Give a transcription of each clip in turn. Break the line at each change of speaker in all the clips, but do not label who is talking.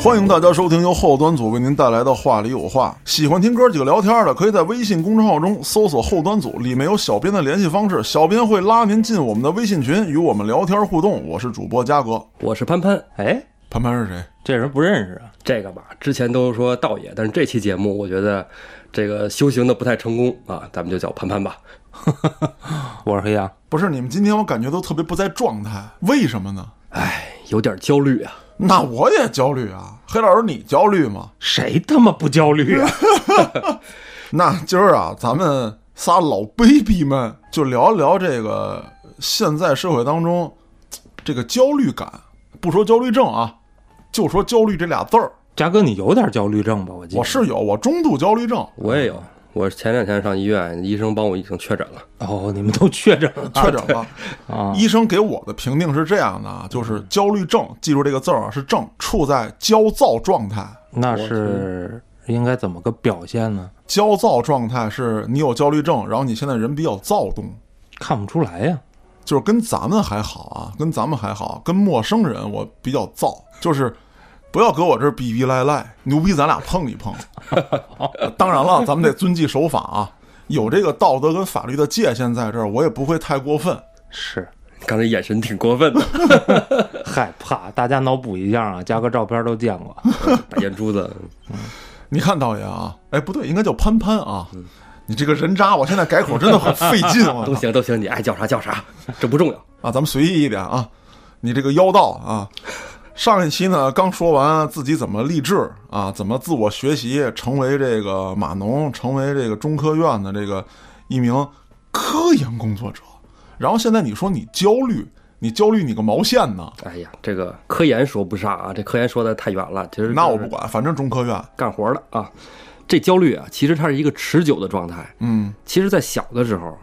欢迎大家收听由后端组为您带来的《话里有话》。喜欢听哥几个聊天的，可以在微信公众号中搜索“后端组”，里面有小编的联系方式，小编会拉您进我们的微信群，与我们聊天互动。我是主播嘉哥，
我是潘潘。
哎，
潘潘是谁？
这人不认识啊，
这个吧，之前都说道爷，但是这期节目我觉得这个修行的不太成功啊，咱们就叫潘潘吧。
我是黑羊。
不是你们今天我感觉都特别不在状态，为什么呢？
哎，有点焦虑啊。
那我也焦虑啊，黑老师你焦虑吗？
谁他妈不焦虑 啊？
那今儿啊，咱们仨老卑鄙们就聊一聊这个现在社会当中这个焦虑感，不说焦虑症啊，就说焦虑这俩字儿。
嘉哥，你有点焦虑症吧？我记得
我是有，我中度焦虑症，
我也有，我前两天上医院，医生帮我已经确诊了。
哦，你们都确诊了
确诊了。
啊？
医生给我的评定是这样的啊，就是焦虑症，记住这个字儿啊，是症，处在焦躁状态。
那是应该怎么个表现呢？
焦躁状态是你有焦虑症，然后你现在人比较躁动，
看不出来呀、
就是跟咱们还好啊，跟咱们还好，跟陌生人我比较燥，就是不要搁我这儿逼逼赖赖，牛逼咱俩碰一碰。当然了，咱们得遵纪守法啊，有这个道德跟法律的界限在这儿，我也不会太过分。
是
刚才眼神挺过分的，
害怕，大家脑补一下啊，嘉哥照片都见 过。
打眼珠子，
你看导演啊，哎，不对，应该叫潘潘啊。你这个人渣，我现在改口真的很费劲，啊 我
都
操
行都行，你爱叫啥叫啥，这不重要。
啊！咱们随意一点啊，你这个妖道啊。上一期呢，刚说完自己怎么励志啊，怎么自我学习，成为这个码农，成为这个中科院的这个一名科研工作者。然后现在你说你焦虑，你焦虑你个毛线呢？
哎呀，这个科研说不上啊，这科研说的太远了。其实就是
那我不管，反正中科院，
干活的啊。这焦虑啊，其实它是一个持久的状态。
嗯，
其实，在小的时候，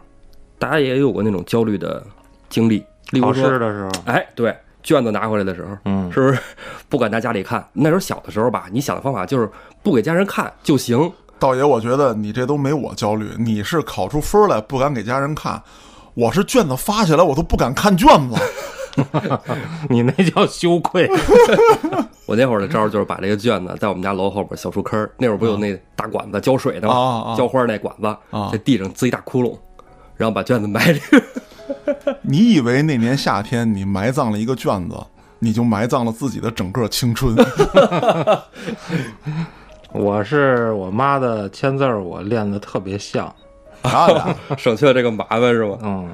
大家也有过那种焦虑的经历，例
考
如
试
说，
的时候，
哎，对，卷子拿回来的时候，
嗯，
是不是不敢拿家里看？那时候小的时候吧，你想的方法就是不给家人看就行。
道爷，我觉得你这都没我焦虑，你是考出分来不敢给家人看，我是卷子发下来我都不敢看卷子。
你那叫羞 愧。
我那会儿的招儿就是把这个卷子在我们家楼后边小树坑儿，那会儿
嗯
不有那大管子浇水的
啊啊
吗？浇花那管子，
哦
在地上滋一大窟窿，然后把卷子埋 里。
你以为那年夏天你埋葬了一个卷子，你就埋葬了自己的整个青春？
我是我妈的签字儿，我练的特别像。
啥也干
省去了这个麻烦是吧？
嗯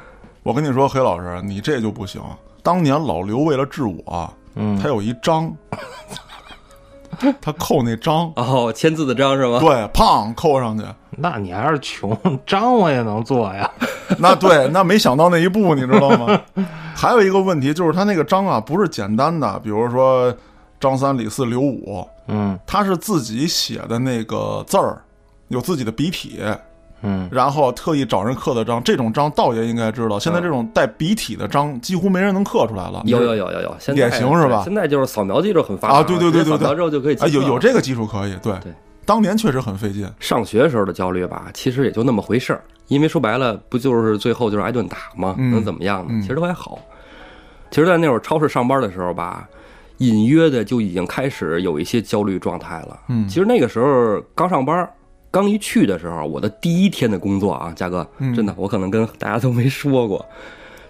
我跟你说，黑老师，你这就不行。当年老刘为了治我，
嗯
他有一章，他扣那章，
哦，签字的章是吗？
对，砰扣上去。
那你还是穷，章我也能做呀。
那对，那没想到那一步，你知道吗？还有一个问题就是他那个章啊，不是简单的，比如说张三、李四、刘五，
嗯
他是自己写的那个字儿，有自己的笔体，
嗯，
然后特意找人刻的章，这种章道爷应该知
嗯
道，现在这种带笔体的章几乎没人能刻出来了。
有有有有有，现在
典型是吧
现在就是扫描技术很发达
啊对对对对对
扫描之后就可以记
啊，
录
有
了。
有这个技术可以，对，
对
当年确实很费劲。
上学时候的焦虑吧，其实也就那么回事儿，因为说白了，不就是最后就是挨顿打吗？
嗯
能怎么样呢？
嗯
其实都还好。其实，在那会儿超市上班的时候吧，隐约的就已经开始有一些焦虑状态了。
嗯
其实那个时候刚上班，刚一去的时候，我的第一天的工作啊，嘉哥，
嗯
真的，我可能跟大家都没说过，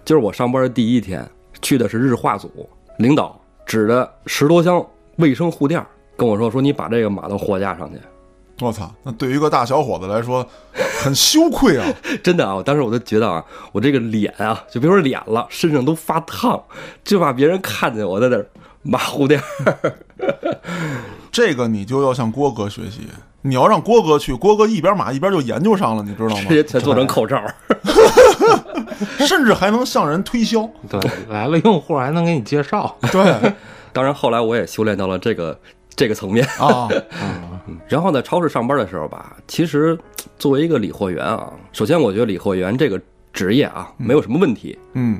就是我上班的第一天，去的是日化组，领导指着十多箱卫生护垫儿跟我说，说你把这个码到货架上去。
我操，那对于一个大小伙子来说，很羞愧 啊！
真的啊，我当时我就觉得啊，我这个脸啊，就别说脸了，身上都发烫，就怕别人看见我在那儿马虎点儿。
这个你就要向郭哥学习，你要让郭哥去，郭哥一边码一边就研究上了，你知 道
这
吗？
些全做成口罩儿。
甚至还能向人推 销。
对，嗯来了用户还能给你介绍。
对
当然后来我也修炼到了这个这个层面。
啊，
然后在超市上班的时候吧，其实作为一个理货员啊，首先我觉得理货员这个职业啊没有什么问题，
嗯，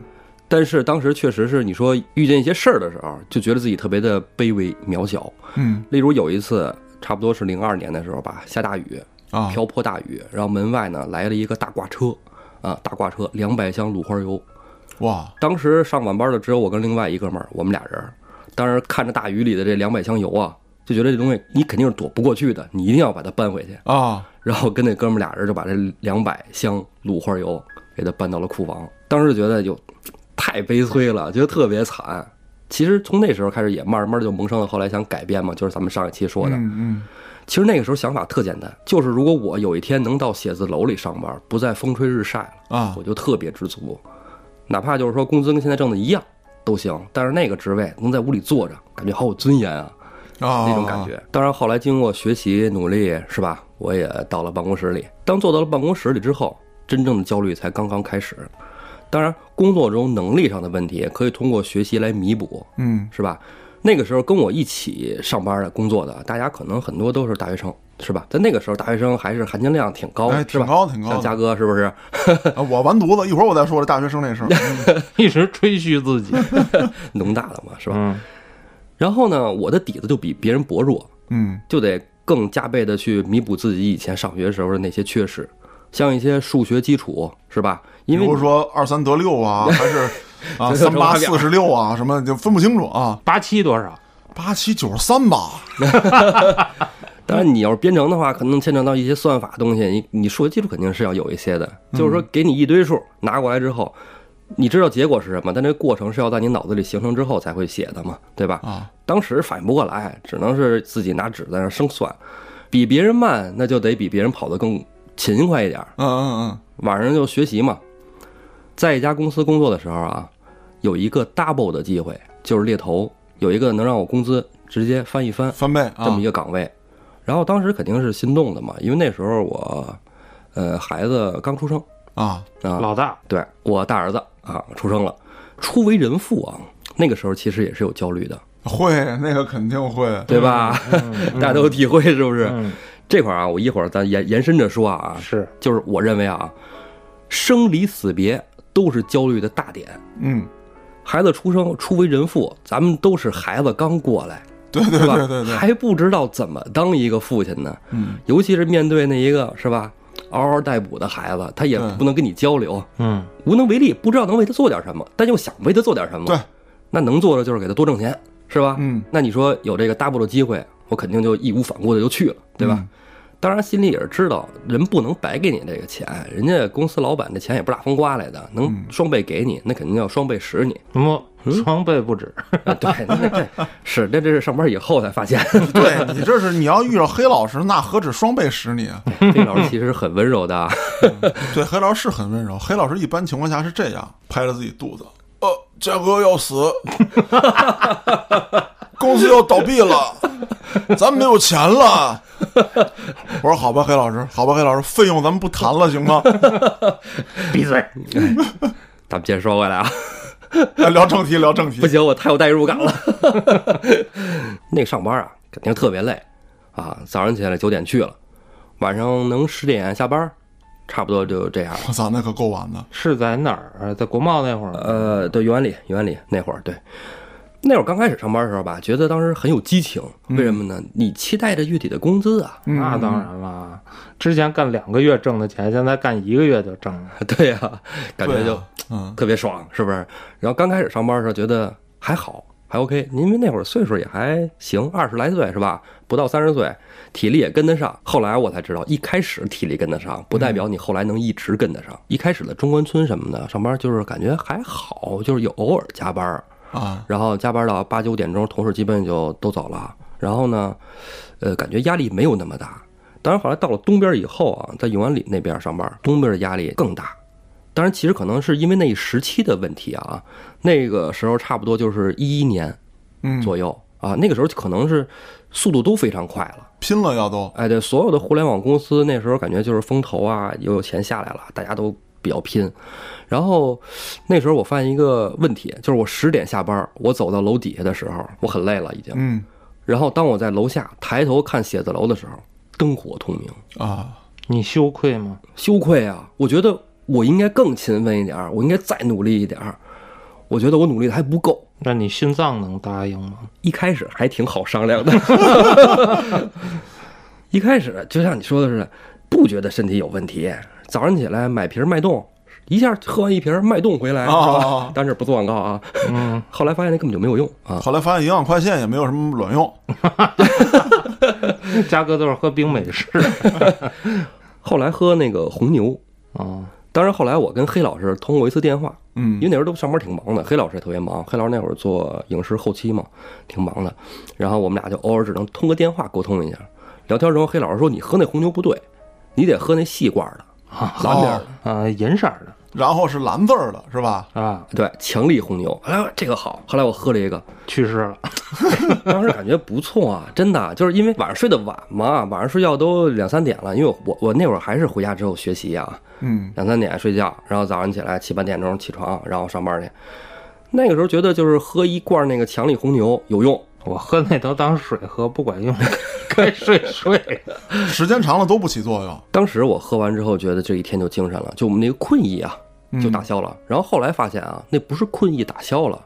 但是当时确实是你说遇见一些事儿的时候，就觉得自己特别的卑微渺小。
嗯
例如有一次，差不多是零二年的时候吧，下大雨，
啊，
瓢泼大雨，然后门外呢来了一个大挂车，啊，大挂车两百箱卤花油。
哇，
当时上晚班的只有我跟另外一哥们儿，我们俩人儿。当时看着大雨里的这两百箱油啊，就觉得这东西你肯定是躲不过去的，你一定要把它搬回去。
啊，
然后跟那哥们儿俩人就把这两百箱卤花油给他搬到了库房。当时觉得就太悲催了，觉得特别惨。其实从那时候开始也慢慢就萌生了后来想改变嘛，就是咱们上一期说的。
嗯
其实那个时候想法特简单，就是如果我有一天能到写字楼里上班，不再风吹日晒了。
嗯啊
我就特别知足，哪怕就是说工资跟现在挣的一样都行，但是那个职位能在屋里坐着，感觉好有尊严啊，
啊
那种感觉。当然后来经过学习努力，是吧？我也到了办公室里。当坐到了办公室里之后，真正的焦虑才刚刚开始。当然，工作中能力上的问题可以通过学习来弥补，
嗯
是吧？那个时候跟我一起上班的、工作的，大家可能很多都是大学生，是吧？在那个时候，大学生还是含金量挺高，
哎，
是
挺
吧？
高挺高
像
的，
嘉哥是不是？
啊我完犊子，一会儿我再说这大学生那事 儿。
一直吹嘘自己，
农大的嘛，是吧？
嗯，
然后呢，我的底子就比别人薄弱，
嗯
就得更加倍的去弥补自己以前上学时候的那些缺失，像一些数学基础是吧？因为
比如说二三得六 啊，还是啊
这就
三
成
八
花表
四十六啊，什么就分不清楚啊。
八七多少？
八七九十三吧，
当然你要是编程的话，可能牵扯到一些算法东西，你你数学基础肯定是要有一些的。就是说，给你一堆数拿过来之后，你知道结果是什么，但这过程是要在你脑子里形成之后才会写的嘛，对吧？
啊，
当时反应不过来，只能是自己拿纸在那儿生算，比别人慢，那就得比别人跑得更勤快一点儿。
嗯嗯
晚上就学习嘛。在一家公司工作的时候啊，有一个 double 的机会，就是猎头有一个能让我工资直接翻一番
嗯，翻倍
这
啊
么一，个岗位。然后当时肯定是心动的嘛，因为那时候我，呃，孩子刚出生
啊，
啊，
老大，
对我大儿子啊出生了，初为人父啊，那个时候其实也是有焦虑的，
会那个肯定会，
对吧？ 大家都有体会是不是？
嗯，
这块儿啊，我一会儿咱延延伸着说啊，
是
就是我认为啊，生离死别都是焦虑的大点。
嗯，
孩子出生，初为人父，咱们都是孩子刚过来，
对对
是吧？
对对对，
还不知道怎么当一个父亲呢。
嗯，
尤其是面对那一个是吧，嗷嗷待哺的孩子，他也
对
不能跟你交流，
嗯，
无能为力，不知道能为他做点什么，但又想为他做点什么。
对，
那能做的就是给他多挣钱，是吧？
嗯，
那你说有这个 double 的机会，我肯定就义无反顾的就去了，对
嗯
吧？当然心里也是知道，人不能白给你这个钱，人家公司老板这钱也不是大风刮来的，
嗯
能双倍给你，那肯定要双倍使你。
那么双倍不止，
啊， 对，那这是那这是上班以后才发现，
对你这是你要遇上黑老师，那何止双倍使你？啊
这老师其实很温柔的啊。
对，黑老师是很温柔，黑老师一般情况下是这样，拍着自己肚子，呃，嘉哥要 死，公司要倒闭了，咱没有钱了。我说好吧，黑老师，好吧，黑老师，费用咱们不谈了，行吗？
闭嘴，
咱们接着说回来啊，
哎 聊正题，聊正
不
题。
行，我太有代入感了。 那上班啊，肯定特别累啊，早上起来九点去了，晚上能十点下班，差不多就这样。
我操，那可够晚的。
是在哪儿？呃在国贸那会儿吗，
呃，对，原理原理那会儿，对，那会儿刚开始上班的时候吧，觉得当时很有激情，为什么呢？你期待着月底的工资啊，
那当然了，之前干两个月挣的钱，现在干一个月就挣了，
对呀、啊，感觉
对
就、
啊嗯，
特别爽，是不是？然后刚开始上班的时候觉得还好，还 OK，因为那会儿岁数也还行，二十来岁是吧？不到三十岁，体力也跟得上。后来我才知道，一开始体力跟得上，不代
嗯
表你后来能一直跟得上。一开始的中关村什么的上班就是感觉还好，就是有偶尔加班，
啊，
然后加班到八九点钟，同事基本就都走了。然后呢，呃，感觉压力没有那么大。当然，后来到了东边以后啊，在永安里那边上班，东边的压力更大。当然，其实可能是因为那时期的问题啊，那个时候差不多就是一一年
嗯，
左右、啊，那个时候可能是速度都非常快了。
拼了要都。
哎，对，所有的互联网公司那时候感觉就是风投啊，又有钱下来了，大家都比较拼。然后那时候我发现一个问题，就是我十点下班，我走到楼底下的时候，我很累了已经。
嗯
然后当我在楼下抬头看写字楼的时候，灯火通明，
啊，
你羞愧吗？
羞愧啊！我觉得我应该更勤奋一点儿，我应该再努力一点儿。我觉得我努力的还不够，
那你心脏能答应吗？
一开始还挺好商量的，一开始就像你说的似的，不觉得身体有问题。早上起来买瓶脉动，一下喝完一瓶脉动回来，是
啊啊
吧
啊？
但是不做广告啊。
嗯，
后来发现那根本就没有用啊。
后来发现营养快线也没有什么卵用，
嘉哥都是喝冰美 式
后来喝那个红牛，
啊，
当然后来我跟黑老师通过一次电话，因为
嗯
那时候都上班挺忙的，黑老师也特别忙。黑老师那会儿做影视后期嘛，挺忙的。然后我们俩就偶尔只能通个电话沟通一下。聊天中，黑老师说：“你喝那红牛不对，你得喝那细罐的，蓝点儿的。
啊，银色儿
然后是蓝字儿的是吧？
的啊，
对，强力红牛。后来我说这个好，后来我喝了一个，
去世了，
当时感觉不错啊，真的，就是因为晚上睡得晚嘛，晚上睡觉都两三点了。因为我我我那会儿还是回家之后学习啊，
嗯，
两三点睡觉，然后早上起来七八点钟起床，然后上班去。那个时候觉得就是喝一罐那个强力红牛有用，
我喝那都当水喝，不管用， 该睡睡。
时间长了都不起作用。
当时我喝完之后觉得这一天就精神了，就我们那个困意啊
嗯
就打消了。然后后来发现啊，那不是困意打消了，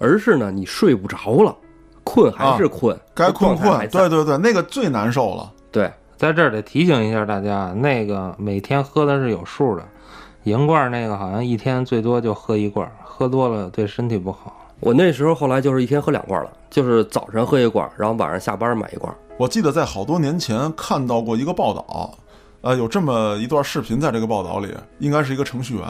而是呢你睡不着了，困还是困，
啊该困
状态还
困，
在
对对对，那个最难受了。
对，
在这儿得提醒一下大家，那个每天喝的是有数的，银罐儿那个好像一天最多就喝一罐儿，喝多了对身体不好。
我那时候后来就是一天喝两罐了，就是早晨喝一罐，然后晚上下班买一罐。
我记得在好多年前看到过一个报道，呃，有这么一段视频，在这个报道里，应该是一个程序员，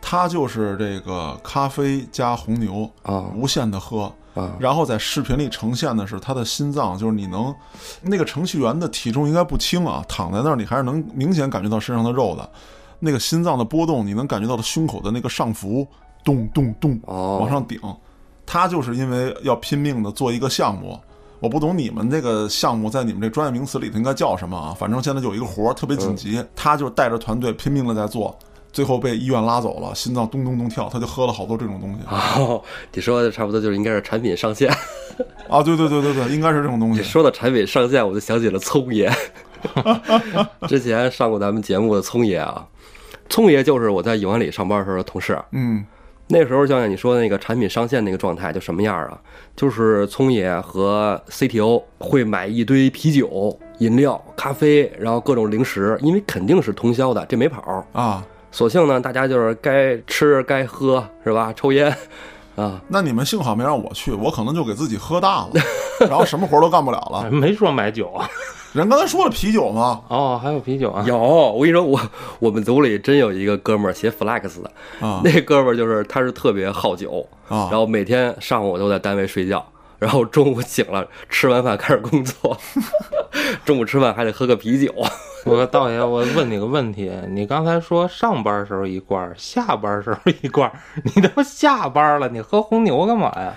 他就是这个咖啡加红牛
啊
无限的喝
啊
然后在视频里呈现的是他的心脏，就是你能，那个程序员的体重应该不轻啊，躺在那儿你还是能明显感觉到身上的肉的，那个心脏的波动，你能感觉到他胸口的那个上浮，咚咚咚，
哦
往上顶。他就是因为要拼命的做一个项目，我不懂你们这个项目在你们这专业名词里头应该叫什么啊？反正现在有一个活儿特别紧急，他就带着团队拼命的在做，最后被医院拉走了，心脏咚咚咚跳，他就喝了好多这种东西
哦，你说的差不多就是应该是产品上线。
啊！对对对对对，应该是这种东
你
西。
说到产品上线，我就想起了聪爷， 之前上过咱们节目的聪爷啊，聪爷就是我在永安里上班的时候的同事。啊
嗯，
那时候像你说的那个产品上线那个状态就什么样啊？就是聪爷和 CTO 会买一堆啤酒、饮料、咖啡，然后各种零食，因为肯定是通宵的，这没跑儿。
啊，
索性呢，大家就是该吃该喝是吧？抽烟啊，
那你们幸好没让我去，我可能就给自己喝大了，然后什么活儿都干不了 了。
没说买酒啊，
人刚才说了啤酒嘛，
哦，还有啤酒啊，
有我跟你说，我我们组里真有一个哥们儿写 flex 的，
啊
那哥们儿就是他是特别好酒，
啊
然，后每天上午都在单位睡觉，然后中午醒了吃完饭开始工作， 中午吃饭还得喝个啤酒。
我道爷，我问你个问题， 你刚才说上班时候一罐儿，下班时候一罐儿，你都下班了，你喝红牛干嘛呀？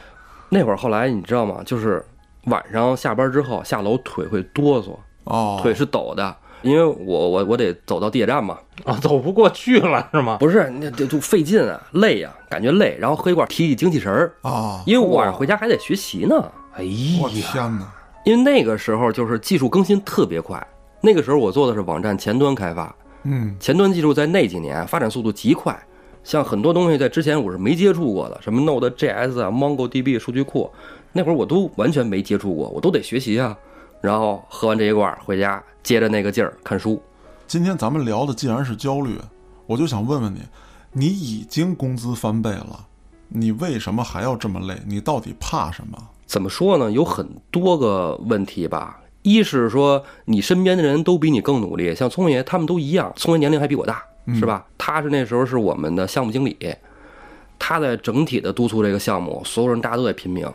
那会儿后来你知道吗？就是晚上下班之后下楼腿会哆嗦，
哦，
腿是抖的。因为我我我得走到地铁站嘛，
啊、走不过去了是吗？
不是那就就费劲啊，累呀、感觉累，然后喝一罐提提精气神儿，
啊，
因为我晚上回家还得学习呢。
哎
我
呀，，
天哪！
因为那个时候就是技术更新特别快，那个时候我做的是网站前端开发，
嗯
前端技术在那几年发展速度极快，像很多东西在之前我是没接触过的，什么 Node JS 啊、MongoDB 数据库，那会儿我都完全没接触过，我都得学习啊。然后喝完这一罐儿回家，接着那个劲儿看书。，
今天咱们聊的既然是焦虑，我就想问问你，你已经工资翻倍了，你为什么还要这么累？你到底怕什么？
怎么说呢？有很多个问题吧。一是说你身边的人都比你更努力，像聪爷他们都一样，聪爷年龄还比我大，是吧？他是那时候是我们的项目经理，他在整体的督促这个项目，所有人大家都在拼命。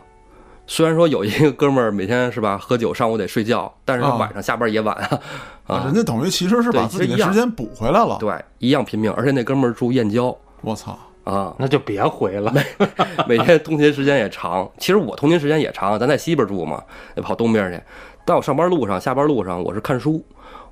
虽然说有一个哥们儿每天是吧喝酒，上午得睡觉，但是他
啊
晚上下班也晚啊，啊
人家等于其实是把
对
自己
是
的
一样
时间补回来了。
对，一样拼命。而且那哥们儿住燕郊
我操！
啊
那就别回了。
每天通勤时间也长。其实我通勤时间也长，咱在西边住嘛，得跑东边去。但我上班路上、下班路上，我是看书。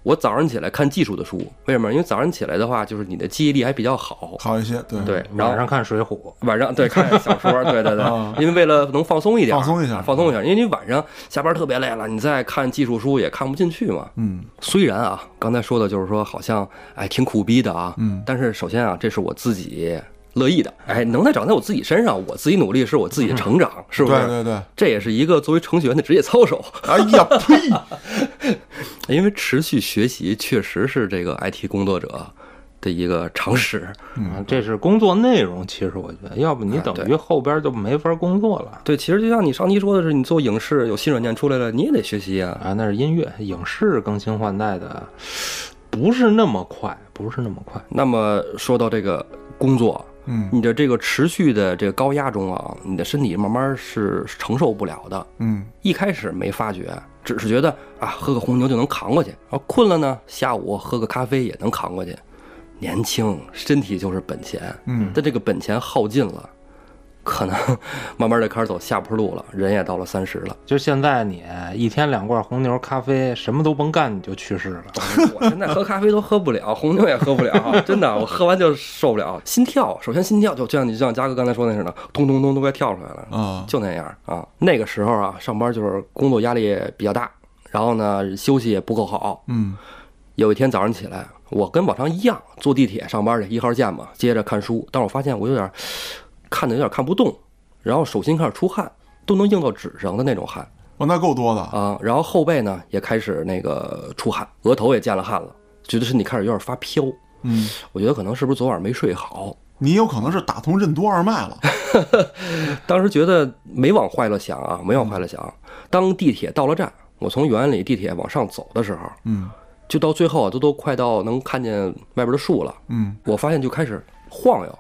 我早上起来看技术的书，为什么？因为早上起来的话，就是你的记忆力还比较好。
好一些，对
对，然
嗯晚
后
上看《水浒》，
晚上对看小说，对对
啊
对，因为为了能放松一点，
放松一下
放松一下，因为你晚上下班特别累了，你再看技术书也看不进去嘛。
嗯
虽然啊，刚才说的就是说，好像哎挺苦逼的啊，
嗯，
但是首先啊，这是我自己乐意的，哎，能耐长在我自己身上，我自己努力是我自己的成长，是不是？
嗯对对对。
这也是一个作为程序员的职业操守，
哎呀呸！
因为持续学习确实是这个 IT 工作者的一个常识。
啊，这是工作内容。其实我觉得，要不你
啊
等
对
于后边就没法工作了
对，其实就像你上期说的是，你做影视有新软件出来了，你也得学习啊。
啊。那是音乐、影视更新换代的，不是那么快，不是那么快。
那么说到这个工作，
嗯
你的这个持续的这个高压中啊，你的身体慢慢是承受不了的。
嗯
一开始没发觉，只是觉得啊，喝个红牛就能扛过去。然后困了呢，下午喝个咖啡也能扛过去。年轻，身体就是本钱，
嗯
但这个本钱耗尽了，可能 慢慢的开始走下坡路了。人也到了三十了，
就是现在你一天两罐红牛咖啡，什么都甭干你就去世了。
哎我现在喝咖啡都喝不了，红牛也喝不了，真的，我喝完就受不了。心跳，首先心跳就就像你就像嘉哥刚才说那似的，咚咚咚都快跳出来了，
啊
就那样啊。那个时候啊，上班就是工作压力比较大，然后呢休息也不够好。
嗯
有一天早上起来，我跟往常一样坐地铁上班去一号线嘛，接着看书，但是我发现我有点看的有点看不动，然后手心开始出汗，都能映到纸上的那种汗。
哦，那够多的啊
啊，然后后背呢也开始那个出汗，额头也见了汗了，觉得身体开始有点发飘。
嗯，
我觉得可能是不是昨晚没睡好，
你有可能是打通任督二脉了。
当时觉得没往坏了想啊，没往坏了想。当地铁到了站，我从园里地铁往上走的时候，
嗯
就到最后啊，都都快到能看见外边的树了，
嗯
我发现就开始晃悠，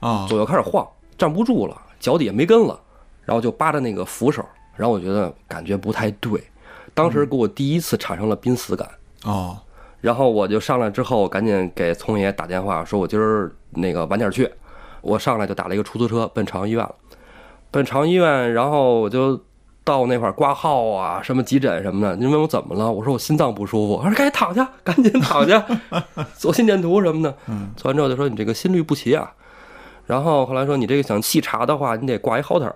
啊
左右开始晃，站不住了，脚底也没根了，然后就扒着那个扶手，然后我觉得感觉不太对，当时给我第一次产生了濒死感。
啊
然后我就上来之后，赶紧给聪爷打电话，说我今儿那个晚点去。我上来就打了一个出租车奔朝阳医院了，奔朝阳医院，然后我就到那块儿挂号啊，什么急诊什么的。您问我怎么了，我说我心脏不舒服，我说赶紧躺下，赶紧躺下， 做心电图什么的。做完之后就说你这个心律不齐啊，然后后来说你这个想细查的话，你得挂一 Holter，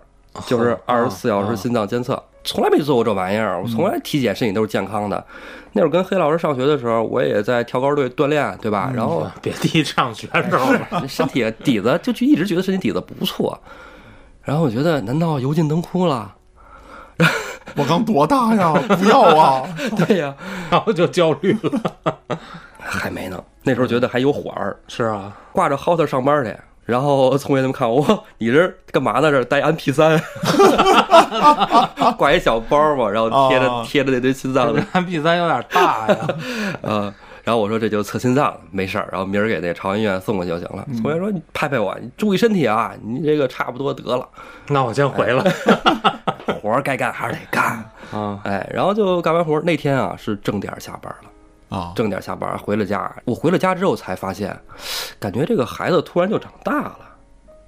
就是二十四小时心脏监测。从来没做过这玩意儿，我从来体检身体都是健康的。那会儿跟黑老师上学的时候，我也在跳高队锻炼，对吧？然后
别提上学时候了，
身体底子就就一直觉得身体底子不错。然后我觉得，难道油尽灯枯了？
我刚多大呀？不要 啊！
对呀、
然后就焦虑了。
还没呢。那时候觉得还有缓儿，
是 啊，
挂着 Hotter 上班去。然后从业他们看我，你这干嘛呢？这儿带 MP 三， 挂一小包嘛，然后贴着
哦
贴着那堆心脏的，
这 B 三有点大 呀。
呃，然后我说这就测心脏了，没事儿，然后明儿给那朝阳医院送过去就行了。
嗯
从业说你拍拍我，你注意身体啊，你这个差不多得了，
那我先回了
活儿该干还是得干。
啊。
哎，然后就干完活儿那天啊是正点儿下班了，
啊
正点儿下班回了家。我回了家之后才发现，感觉这个孩子突然就长大了。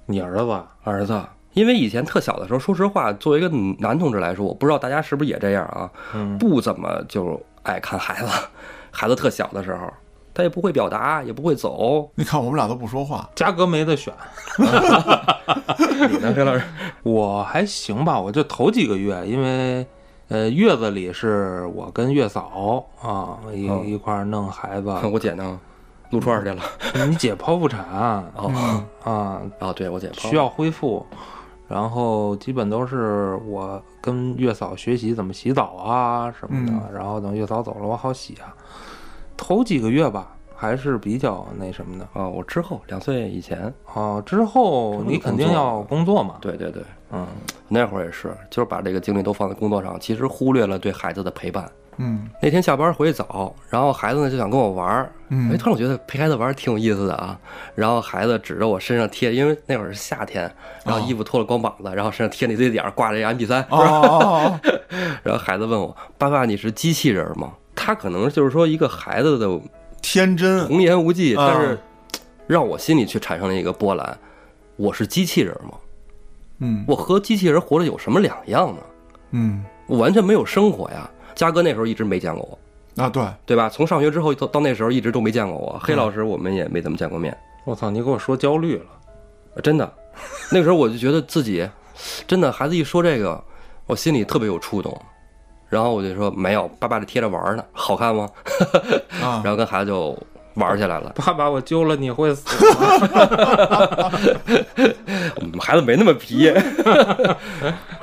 你儿子
儿子，因为以前特小的时候，说实话，作为一个男同志来说，我不知道大家是不是也这样啊，不怎么就爱看孩子。孩子特小的时候，他也不会表达，也不会走。
你看我们俩都不说话，
嘉哥没得 选，
你呢，黑老师？
我还行吧，我就头几个月，因为呃月子里是我跟月嫂啊一一块儿弄孩子，
啊我姐呢？撸串儿去了。
你姐剖腹产
哦，
啊，
哦，对我姐
需要恢复，然后基本都是我跟月嫂学习怎么洗澡啊什么的，然后等月嫂走了我好洗啊。头几个月吧，还是比较那什么的
啊、哦，我之后两岁以前，
啊。之后你肯定要工作嘛，
对对对，
嗯，
那会儿也是，就是把这个精力都放在工作上，其实忽略了对孩子的陪伴。
嗯
那天下班回去早，然后孩子呢就想跟我玩儿，哎，
嗯
突然我觉得陪孩子玩儿挺有意思的啊。然后孩子指着我身上贴，因为那会儿是夏天，然后衣服脱了光膀子，然后身上贴那堆点儿，挂着一 MP 三。
哦哦哦
然后孩子问我：“爸爸，你是机器人吗？”他可能就是说一个孩子的
天 真
童言无忌，
啊
但是让我心里去产生了一个波澜：我是机器人吗？
嗯
我和机器人活着有什么两样呢？
嗯
我完全没有生活呀。嘉哥那时候一直没见过我，
啊对，
对吧？从上学之后到到那时候一直都没见过我。黑老师我们也没怎么见过面。
我操，你给我说焦虑了。
呃真的，那个时候我就觉得自己，真的孩子一说这个，我心里特别有触动，然后我就说没有，爸爸这贴着玩儿呢，好看吗？
啊
然后跟孩子就玩儿起来了。
爸爸，我揪了你会死吗？
嗯 孩子没那么皮。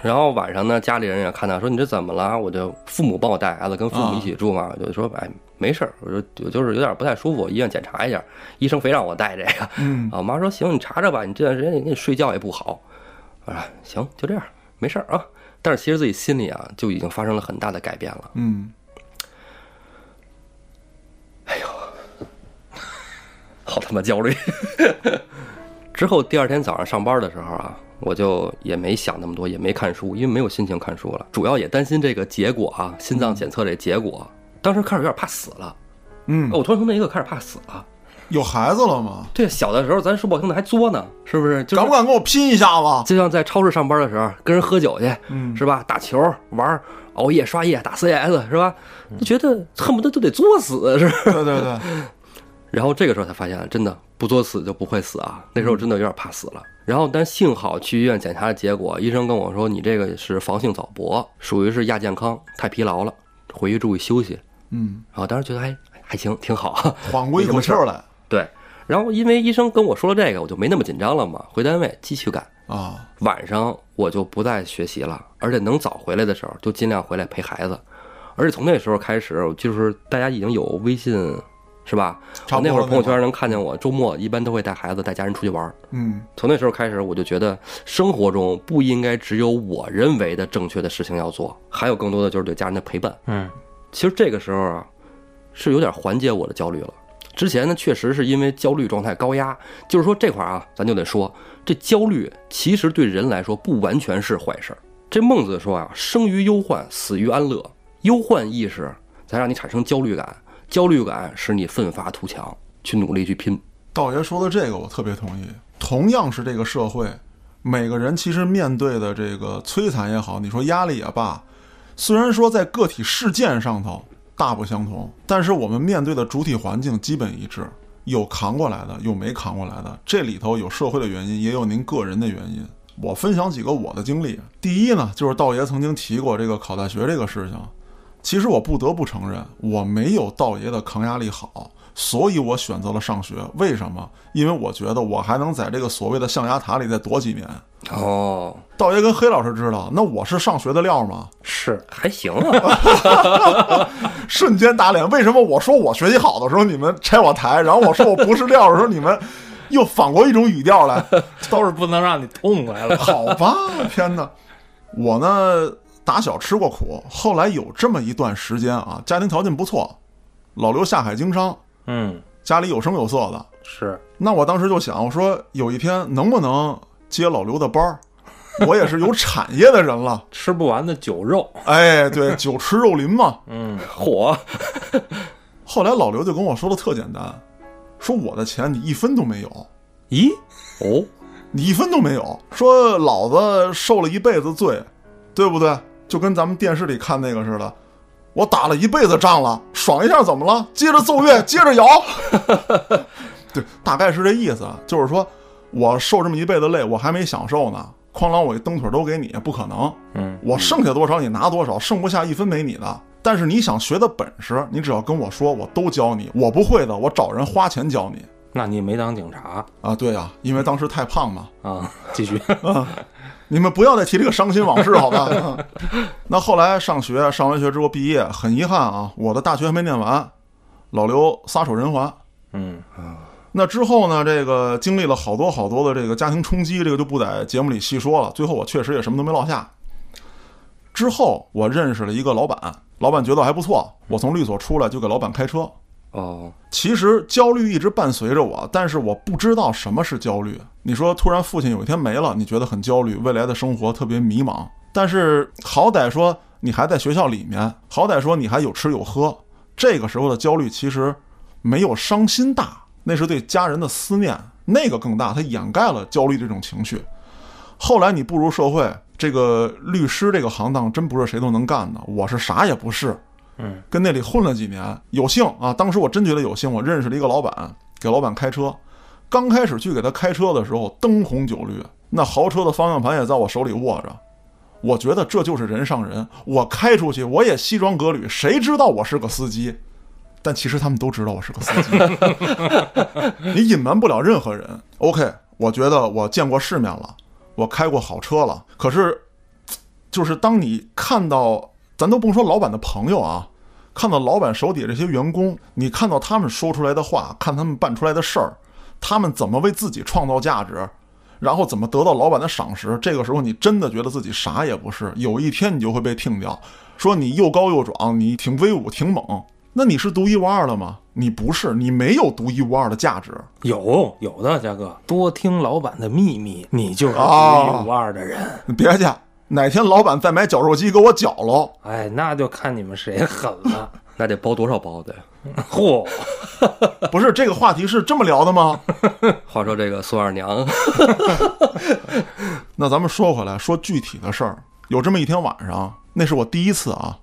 然后晚上呢，家里人也看到说你这怎么了？我就父母帮我带孩子，跟父母一起住嘛，我就说哎，没事儿，我就我就是有点不太舒服，医院检查一下，医生非让我带这个。
嗯
啊，我妈说行，你查查吧，你这段时间你你睡觉也不好，啊，行，就这样，没事儿啊。但是其实自己心里啊就已经发生了很大的改变了。
嗯
好他妈焦虑。 之后第二天早上上班的时候啊，我就也没想那么多，也没看书，因为没有心情看书了。主要也担心这个结果啊，心脏检测这结果。当时开始有点怕死了，
嗯，
我突然从那一刻开始怕死了。
有孩子了吗？
对，小的时候咱说不好听的还作呢，是不是？就是
敢不敢跟我拼一下子？
就像在超市上班的时候，跟人喝酒去，
嗯
是吧？打球、玩儿、熬夜、刷夜、打 CS，是吧？就觉得恨不得就得作死，是吧
对对对，
然后这个时候才发现，真的不作死就不会死啊！那时候真的有点怕死了。然后，但幸好去医院检查的结果，医生跟我说，你这个是房性早搏，属于是亚健康，太疲劳了，回去注意休息。
嗯，
然后当时觉得还还行，挺好。
缓过一口气儿来
对，然后因为医生跟我说了这个，我就没那么紧张了嘛，回单位继续干。
啊，
晚上我就不再学习了，而且能早回来的时候就尽量回来陪孩子。而且从那时候开始，就是大家已经有微信，是吧？
差不多
我那会儿
了
朋友圈能看见我，周末一般都会带孩子、带家人出去玩儿。
嗯
从那时候开始，我就觉得生活中不应该只有我认为的正确的事情要做，还有更多的就是对家人的陪伴。
嗯
其实这个时候啊，是有点缓解我的焦虑了。之前呢，确实是因为焦虑状态高压，就是说这块儿啊，咱就得说，这焦虑其实对人来说不完全是坏事儿。这孟子说啊，生于忧患，死于安乐。忧患意识才让你产生焦虑感，焦虑感使你奋发图强，去努力去拼。
道爷说的这个我特别同意。同样是这个社会，每个人其实面对的这个摧残也好，你说压力也罢，虽然说在个体事件上头大不相同，但是我们面对的主体环境基本一致。有扛过来的，有没扛过来的，这里头有社会的原因，也有您个人的原因。我分享几个我的经历。第一呢，就是道爷曾经提过这个考大学这个事情，其实我不得不承认，我没有道爷的抗压力好，所以我选择了上学。为什么？因为我觉得我还能在这个所谓的象牙塔里再躲几年。
哦，
道爷跟黑老师知道，那我是上学的料吗？
是
还行啊，
瞬间打脸。为什么我说我学习好的时候你们拆我台，然后我说我不是料的时候你们又反过一种语调来？
都是不能让你痛快了。
好吧，天哪！我呢，打小吃过苦，后来有这么一段时间啊，家庭条件不错，老刘下海经商，
嗯，
家里有声有色的。
是
那我当时就想，我说有一天能不能接老刘的班儿？我也是有产业的人了，
吃不完的酒肉。
哎，对，酒池肉林嘛。
嗯
火
后来老刘就跟我说的特简单，说我的钱你一分都没有，
咦，
哦，
你一分都没有。说老子受了一辈子罪，对不对？就跟咱们电视里看那个似的，我打了一辈子仗了，爽一下怎么了？接着奏乐，接着摇。 对，大概是这意思，就是说我受这么一辈子累，我还没享受呢。哐啷，我一蹬腿都给你，不可能。
嗯
我剩下多少你拿多少，剩不下一分没你的。但是你想学的本事，你只要跟我说，我都教你。我不会的，我找人花钱教你。
那你没当警察
啊，对啊，因为当时太胖嘛。
啊？继续。
你们不要再提这个伤心往事，好吧？ 嗯那后来上学，上完学之后毕业，很遗憾啊，我的大学还没念完，老刘撒手人寰。
嗯
那之后呢，这个经历了好多好多的这个家庭冲击，这个就不在节目里细说了。最后我确实也什么都没落下。之后我认识了一个老板，老板觉得还不错，我从律所出来就给老板开车。
哦，
其实焦虑一直伴随着我，但是我不知道什么是焦虑。你说突然父亲有一天没了，你觉得很焦虑，未来的生活特别迷茫。但是好歹说你还在学校里面，好歹说你还有吃有喝，这个时候的焦虑其实没有伤心大，那是对家人的思念，那个更大，它掩盖了焦虑这种情绪。后来你步入社会，这个律师这个行当真不是谁都能干的，我是啥也不是，
嗯，
跟那里混了几年，有幸啊，当时我真觉得有幸，我认识了一个老板，给老板开车。刚开始去给他开车的时候，灯红酒绿，那豪车的方向盘也在我手里握着。我觉得这就是人上人，我开出去我也西装革履，谁知道我是个司机？但其实他们都知道我是个司机， 你隐瞒不了任何人。OK，我觉得我见过世面了，我开过好车了。可是，就是当你看到，咱都甭说老板的朋友啊，看到老板手底下这些员工，你看到他们说出来的话，看他们办出来的事儿，他们怎么为自己创造价值，然后怎么得到老板的赏识，这个时候你真的觉得自己啥也不是，有一天你就会被听掉，说你又高又壮，你挺威武挺猛，那你是独一无二的吗？你不是，你没有独一无二的价值。
有有的，嘉哥，多听老板的秘密，你就是独
啊
哦
一无二的人。
别介，哪天老板再买绞肉机给我绞喽。
哎，那就看你们谁狠了。
那得包多少包的呀？
嚯，
不是这个话题是这么聊的吗？
话说这个孙二娘，
那咱们说回来，说具体的事儿，有这么一天晚上，那是我第一次啊，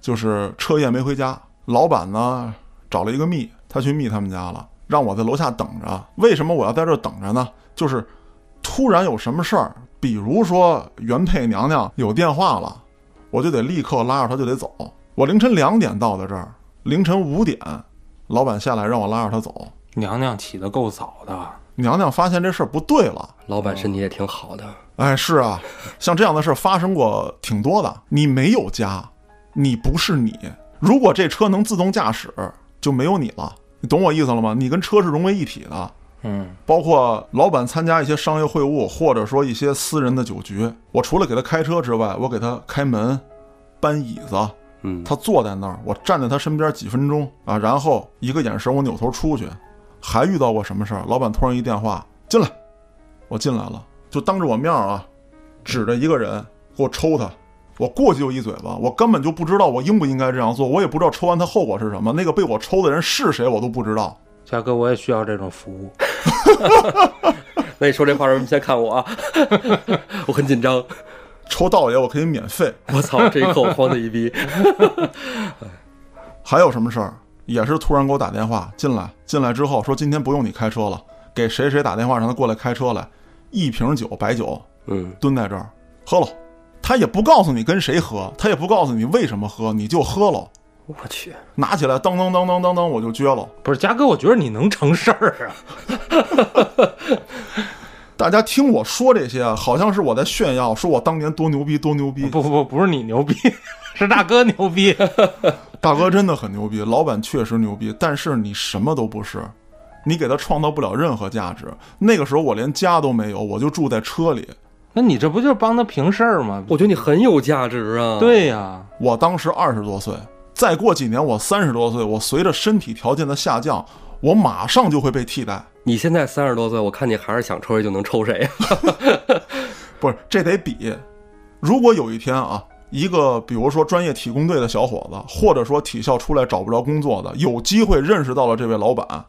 就是彻夜没回家。老板呢找了一个蜜，他去蜜他们家了，让我在楼下等着。为什么我要在这儿等着呢？就是突然有什么事儿，比如说原配娘娘有电话了，我就得立刻拉着她就得走。我凌晨两点到的这儿，凌晨五点，老板下来让我拉着她走。
娘娘起得够早的，
娘娘发现这事儿不对了，
老板身体也挺好的，
哎，是啊，像这样的事儿发生过挺多的。你没有家，你不是你。如果这车能自动驾驶，就没有你了。你懂我意思了吗？你跟车是融为一体的。
嗯，
包括老板参加一些商业会晤，或者说一些私人的酒局，我除了给他开车之外，我给他开门、搬椅子，
嗯，
他坐在那儿，我站在他身边几分钟啊，然后一个眼神，我扭头出去。还遇到过什么事儿？老板突然一电话，进来，我进来了，就当着我面儿啊，指着一个人给我抽他，我过去就一嘴巴，我根本就不知道我应不应该这样做，我也不知道抽完他后果是什么，那个被我抽的人是谁我都不知道。
嘉哥，我也需要这种服务。
那你说这话时候先看我啊， 我很紧张。
抽道爷我可以免费，
我操，这一刻我慌的一逼。
还有什么事儿？也是突然给我打电话进来，进来之后说今天不用你开车了，给谁谁打电话让他过来开车来，一瓶酒白酒
嗯，
蹲在这儿喝了，他也不告诉你跟谁喝，他也不告诉你为什么喝，你就喝了，
我去，
拿起来当当当当当当我就撅了。
不是，嘉哥，我觉得你能成事儿啊。
大家听我说这些，啊，好像是我在炫耀，说我当年多牛逼多牛逼。
不不不，不是你牛逼， 是大哥牛逼。
大哥真的很牛逼，老板确实牛逼，但是你什么都不是，你给他创造不了任何价值。那个时候我连家都没有，我就住在车里。
那你这不就是帮他平事儿吗？
我觉得你很有价值啊。，
对呀、
我当时二十多岁，再过几年我三十多岁，我随着身体条件的下降，我马上就会被替代。
你现在三十多岁，我看你还是想抽谁就能抽谁。啊
不是，这得比。如果有一天啊，一个比如说专业体工队的小伙子，或者说体校出来找不着工作的，有机会认识到了这位老板，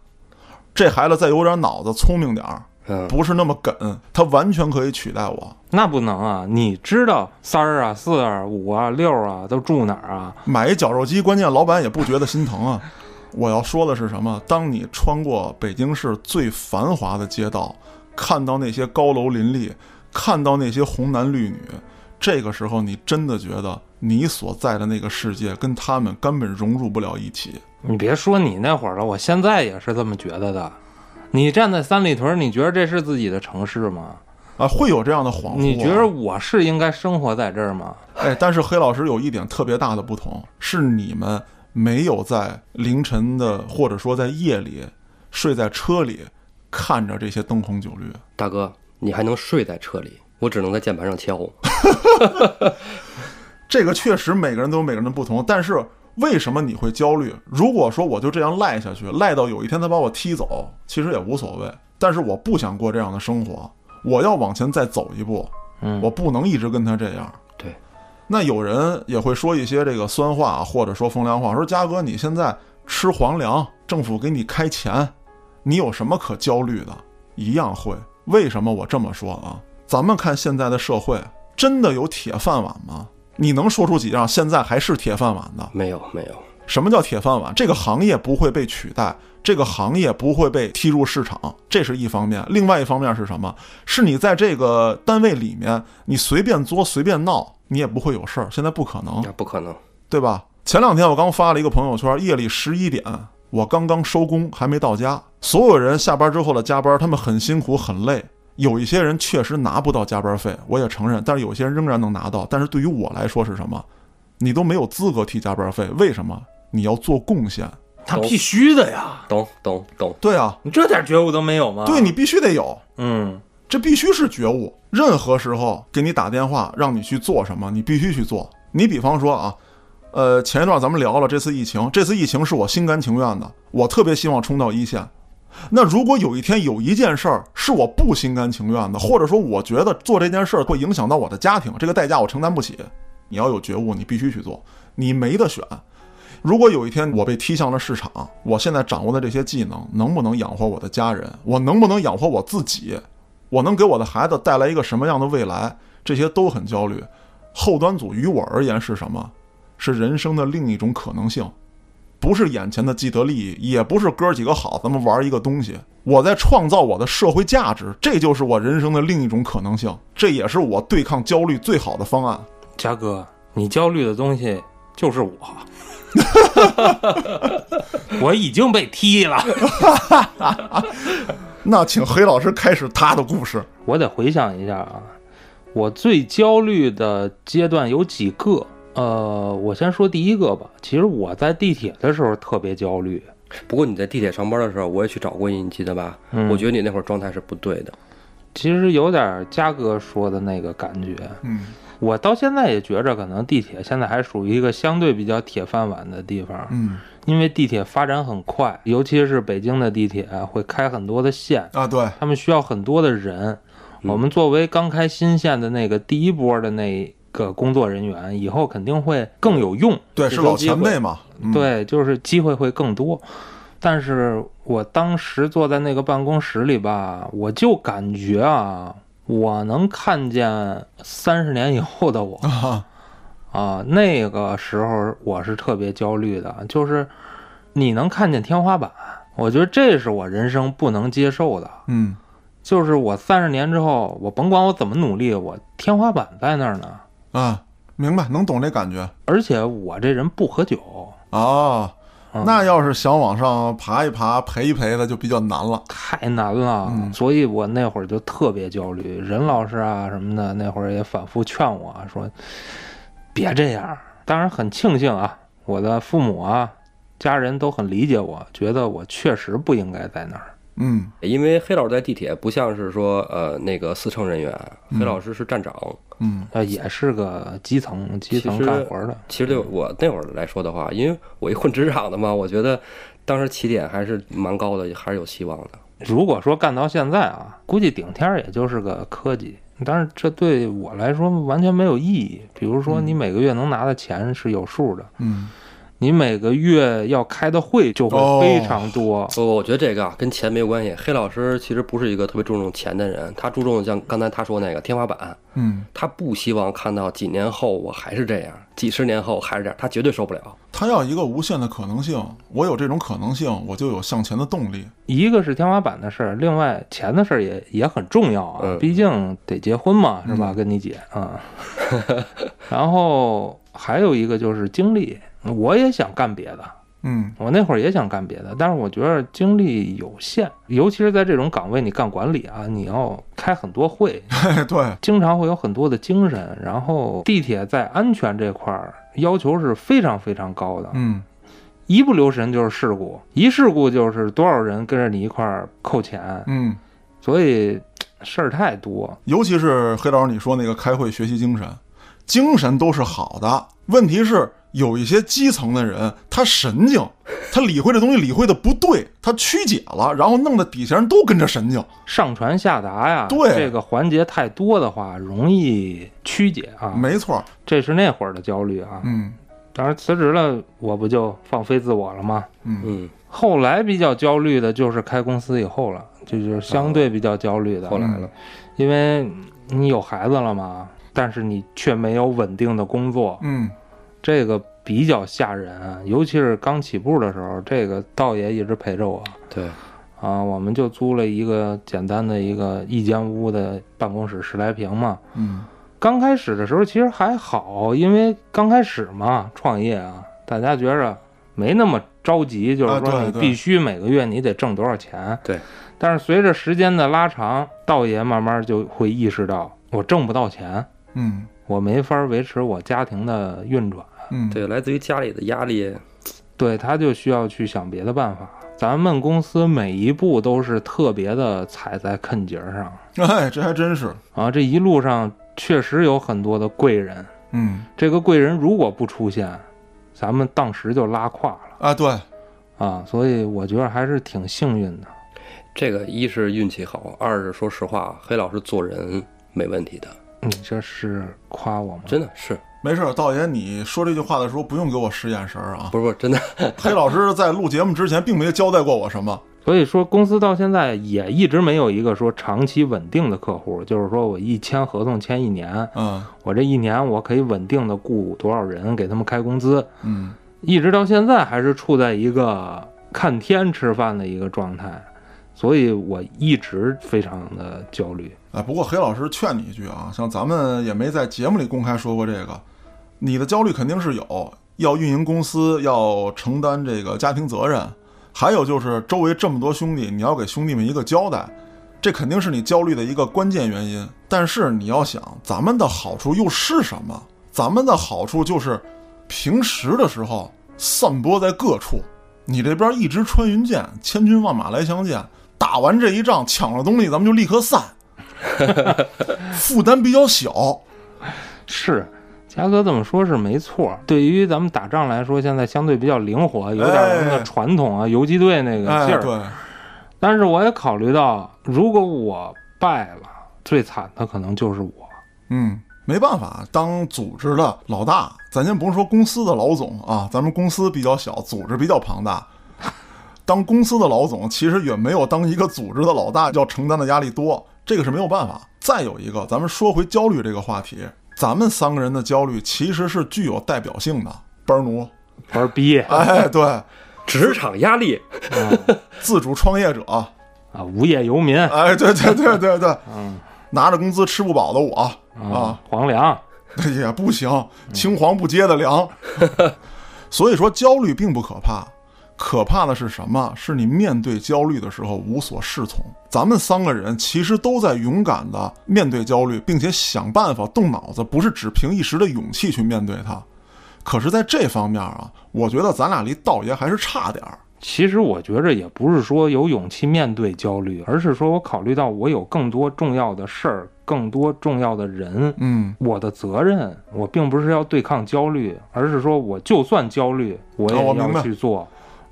这孩子再有点脑子，聪明点儿，
嗯，
不是那么梗，他完全可以取代我。
那不能啊！你知道三儿啊、四啊、五啊、六啊都住哪儿啊？
买一绞肉机，关键老板也不觉得心疼啊。我要说的是什么？当你穿过北京市最繁华的街道，看到那些高楼林立，看到那些红男绿女，这个时候你真的觉得你所在的那个世界跟他们根本融入不了一起。
你别说你那会儿了，我现在也是这么觉得的。你站在三里屯，你觉得这是自己的城市吗？
啊，会有这样的恍惚、啊。
你觉得我是应该生活在这儿吗？
哎，但是黑老师有一点特别大的不同，是你们没有在凌晨的，或者说在夜里睡在车里，看着这些灯红酒绿。
大哥，你还能睡在车里，我只能在键盘上敲。
这个确实每个人都有每个人的不同，但是为什么你会焦虑？如果说我就这样赖下去，赖到有一天他把我踢走，其实也无所谓。但是我不想过这样的生活，我要往前再走一步，
嗯
我不能一直跟他这样。
对，
那有人也会说一些这个酸话，或者说风凉话，说嘉哥你现在吃皇粮，政府给你开钱，你有什么可焦虑的？一样会。为什么我这么说啊？咱们看现在的社会，真的有铁饭碗吗？你能说出几样现在还是铁饭碗的？
没有，没有，
哦
什么叫铁饭碗？这个行业不会被取代，这个行业不会被踢入市场，这是一方面。另外一方面是什么？是你在这个单位里面，你随便作随便闹，你也不会有事儿。现在不可能
那，不可能。
对吧？前两天我刚发了一个朋友圈，夜里十一点，我刚刚收工，还没到家。所有人下班之后的加班，他们很辛苦很累。有一些人确实拿不到加班费，我也承认，但是有些人仍然能拿到。但是对于我来说是什么？你都没有资格提加班费，为什么？你要做贡献。
他必须的呀！
懂懂懂，
对啊，
你这点觉悟都没有吗？
对你必须得有，
嗯，
这必须是觉悟。任何时候给你打电话让你去做什么，你必须去做。你比方说啊，呃，前一段咱们聊了这次疫情，这次疫情是我心甘情愿的，我特别希望冲到一线。那如果有一天有一件事儿是我不心甘情愿的，或者说我觉得做这件事儿会影响到我的家庭，这个代价我承担不起，你要有觉悟，你必须去做，你没得选。如果有一天我被踢向了市场，我现在掌握的这些技能能不能养活我的家人？我能不能养活我自己？我能给我的孩子带来一个什么样的未来？这些都很焦虑。后端组于我而言是什么？是人生的另一种可能性，不是眼前的既得利益，也不是哥几个好咱们玩一个东西。我在创造我的社会价值，这就是我人生的另一种可能性，这也是我对抗焦虑最好的方案。
嘉哥，你焦虑的东西就是 我，我已经被踢了，
那请黑老师开始他的故事。
我得回想一下啊，我最焦虑的阶段有几个？呃，我先说第一个吧。其实我在地铁的时候特别焦虑，
不过你在地铁上班的时候，我也去找过你，你记得吧？
嗯
我觉得你那会儿状态是不对的。
其实有点嘉哥说的那个感觉。
嗯
我到现在也觉着，可能地铁现在还属于一个相对比较铁饭碗的地方，
嗯
因为地铁发展很快，尤其是北京的地铁啊会开很多的线，
啊，对，
他们需要很多的人。我们作为刚开新线的那个第一波的那个工作人员，以后肯定会更有用。
对，
竞
是
争
老
机会
前辈嘛。嗯、
对，就是机会会更多。但是我当时坐在那个办公室里吧，我就感觉啊，我能看见三十年以后的我
啊，
啊。那个时候我是特别焦虑的，就是你能看见天花板，我觉得这是我人生不能接受的。
嗯
就是我三十年之后，我甭管我怎么努力，我天花板在那儿呢。
啊，明白，能懂这感觉
而且我这人不喝酒，
哦。
嗯
那要是想往上爬一爬、陪一陪的，就比较难了。
太难了，
嗯
所以我那会儿就特别焦虑。任老师啊什么的，那会儿也反复劝我说：“别这样。”当然很庆幸啊，我的父母啊、家人都很理解我，觉得我确实不应该在那儿。
嗯
因为黑老师在地铁不像是说呃那个四乘人员，啊黑老师是站长。
嗯
呃，也是个基层基层
其实
干活的，
其实对我那会儿来说的话，因为我一混职场的嘛，我觉得当时起点还是蛮高的，还是有希望的。
如果说干到现在啊，估计顶天儿也就是个科级，但是这对我来说完全没有意义。比如说，你每个月能拿的钱是有数的，
嗯，
你每个月要开的会就会非常多。
我我觉得这个啊跟钱没有关系。黑老师其实不是一个特别注重钱的人，他注重像刚才他说那个天花板，
嗯，
他不希望看到几年后我还是这样，几十年后还是这样，他绝对受不了。
他要一个无限的可能性，我有这种可能性，我就有向前的动力。
一个是天花板的事儿，另外钱的事儿也也很重要啊，
嗯
毕竟得结婚嘛，是吧？跟你姐啊，然后还有一个就是精力，我也想干别的，
嗯
我那会儿也想干别的，但是我觉得精力有限，尤其是在这种岗位，你干管理啊，你要开很多会，
嘿，哎对，
经常会有很多的精神。然后地铁在安全这块儿要求是非常非常高的，
嗯
一不留神就是事故，一事故就是多少人跟着你一块儿扣钱，
嗯，
所以事儿太多。
尤其是黑老师你说那个开会学习精神，精神都是好的，问题是有一些基层的人，他神经， 他理会这东西理会的不对，他曲解了，然后弄得底下人都跟着神经。
上传下达呀，
对
这个环节太多的话，容易曲解啊。
没错，
这是那会儿的焦虑啊。
嗯
当然辞职了，我不就放飞自我了吗？
嗯
嗯，
后来比较焦虑的就是开公司以后了，这就是相对比较焦虑的。嗯
后来了，
因为你有孩子了嘛，但是你却没有稳定的工作，
嗯
这个比较吓人啊。尤其是刚起步的时候，这个道爷一直陪着我
对，
啊，我们就租了一个简单的一个一间屋的办公室，十来平嘛。
嗯
刚开始的时候其实还好，因为刚开始嘛，创业啊，大家觉着没那么着急，就是
啊
说
对
你
对
必须每个月你得挣多少钱。
对。
但是随着时间的拉长，道爷慢慢就会意识到，我挣不到钱，
嗯
我没法维持我家庭的运转。
嗯，
对，来自于家里的压力，
对，他就需要去想别的办法。咱们公司每一步都是特别的踩在坑节儿 上
哎，这还真是，
啊，这一路上确实有很多的贵人，
嗯
这个贵人如果不出现，咱们当时就拉胯了
啊，对，
啊，所以我觉得还是挺幸运的。
这个一是运气好，二是说实话，黑老师做人没问题的，
你嗯这是夸我吗？
真的是
没事儿，道爷，你说这句话的时候不用给我使眼神儿啊。
不是不是真的？
黑老师在录节目之前并没交代过我什么，
所以说，公司到现在也一直没有一个说长期稳定的客户，就是说我一签合同签一年，
嗯
我这一年我可以稳定的雇多少人，给他们开工资，
嗯，
一直到现在还是处在一个看天吃饭的一个状态，所以我一直非常的焦虑。
哎，不过黑老师劝你一句啊，像咱们也没在节目里公开说过这个，你的焦虑肯定是有，要运营公司，要承担这个家庭责任，还有就是周围这么多兄弟，你要给兄弟们一个交代，这肯定是你焦虑的一个关键原因。但是你要想，咱们的好处又是什么？咱们的好处就是平时的时候散播在各处，你这边一支穿云箭，千军万马来相见，打完这一仗抢了东西，咱们就立刻散。负担比较小。
是，嘉哥这么说，是没错儿。对于咱们打仗来说，现在相对比较灵活，有点儿咱们
哎
的传统啊，游击队那个劲
哎，
儿。
对，
但是我也考虑到，如果我败了，最惨的可能就是我。
嗯，没办法，当组织的老大，咱先甭说公司的老总啊，咱们公司比较小，组织比较庞大。当公司的老总，其实远没有当一个组织的老大要承担的压力多，这个是没有办法。再有一个，咱们说回焦虑这个话题，咱们三个人的焦虑其实是具有代表性的。班奴，
玩逼啊
哎，对，
职场压力，
自主创业者，
啊，无业游民啊，
哎，对对对对对，
嗯
拿着工资吃不饱的我啊，
黄粱，
也不行，青黄不接的粮。 所以说，焦虑并不可怕，可怕的是什么？是你面对焦虑的时候无所适从。咱们三个人其实都在勇敢的面对焦虑，并且想办法动脑子，不是只凭一时的勇气去面对它。可是，在这方面啊，我觉得咱俩离道爷还是差点儿。
其实我觉着也不是说有勇气面对焦虑，而是说我考虑到我有更多重要的事儿，更多重要的人，
嗯，
我的责任，我并不是要对抗焦虑，而是说我就算焦虑，我
哦我
也
明白
要去做。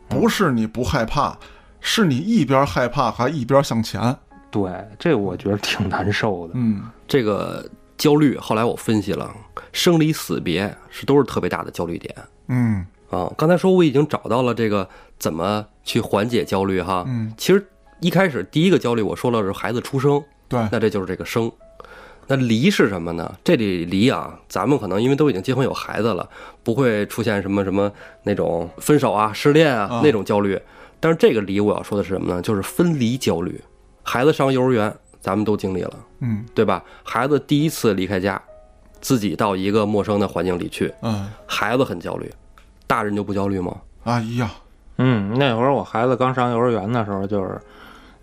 不是你不害怕，是你一边害怕还一边向前。
对，这我觉得挺难受的。
嗯，
这个焦虑，后来我分析了，生离死别是都是特别大的焦虑点
嗯
啊。刚才说我已经找到了这个怎么去缓解焦虑哈，
嗯，
其实一开始第一个焦虑我说了是孩子 出生，
对，
那这就是这个生。那离是什么呢？这里离啊，咱们可能因为都已经结婚有孩子了，不会出现什么什么那种分手啊、失恋啊
啊
那种焦虑。但是这个离我要说的是什么呢？就是分离焦虑。孩子上幼儿园，咱们都经历了，
嗯
对吧？孩子第一次离开家，自己到一个陌生的环境里去，
嗯，
孩子很焦虑，大人就不焦虑吗？
哎呀。
嗯，那会儿我孩子刚上幼儿园的时候，就是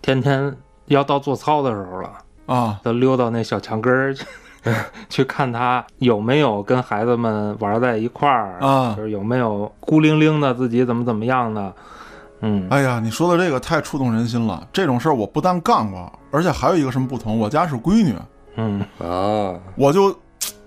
天天要到做操的时候了，
啊，
都溜到那小墙根儿去 去看他有没有跟孩子们玩在一块儿
啊
就是有没有孤零零的自己怎么怎么样的。嗯，
啊
哎呀，你说的这个太触动人心了。这种事儿我不但干过，而且还有一个什么不同？我家是闺女，
嗯，
啊，
我就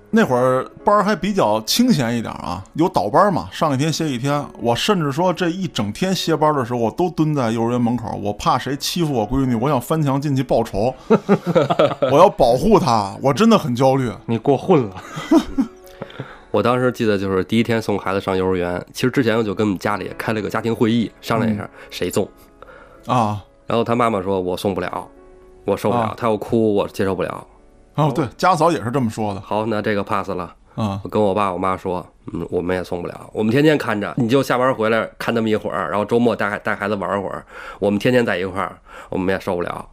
那会儿班儿还比较清闲一点啊，有倒班嘛，上一天歇一天。我甚至说这一整天歇班的时候，我都蹲在幼儿园门口，我怕谁欺负我闺女，我想翻墙进去报仇，我要保护她，我真的很焦虑。
你过混了，
我当时记得就是第一天送孩子上幼儿园，其实之前我就跟我们家里也开了个家庭会议，商量一下谁送。
啊，
然后他妈妈说：“我送不了，我受不了
啊，
他要哭，我接受不了。
哦，对，家嫂也是这么说的”
好，那这个 pass 了。
啊。
我跟我爸我妈说：“嗯，我们也送不了，我们天天看着，你就下班回来看他们一会儿，然后周末带孩带孩子玩会儿，我们天天在一块儿，我们也受不了。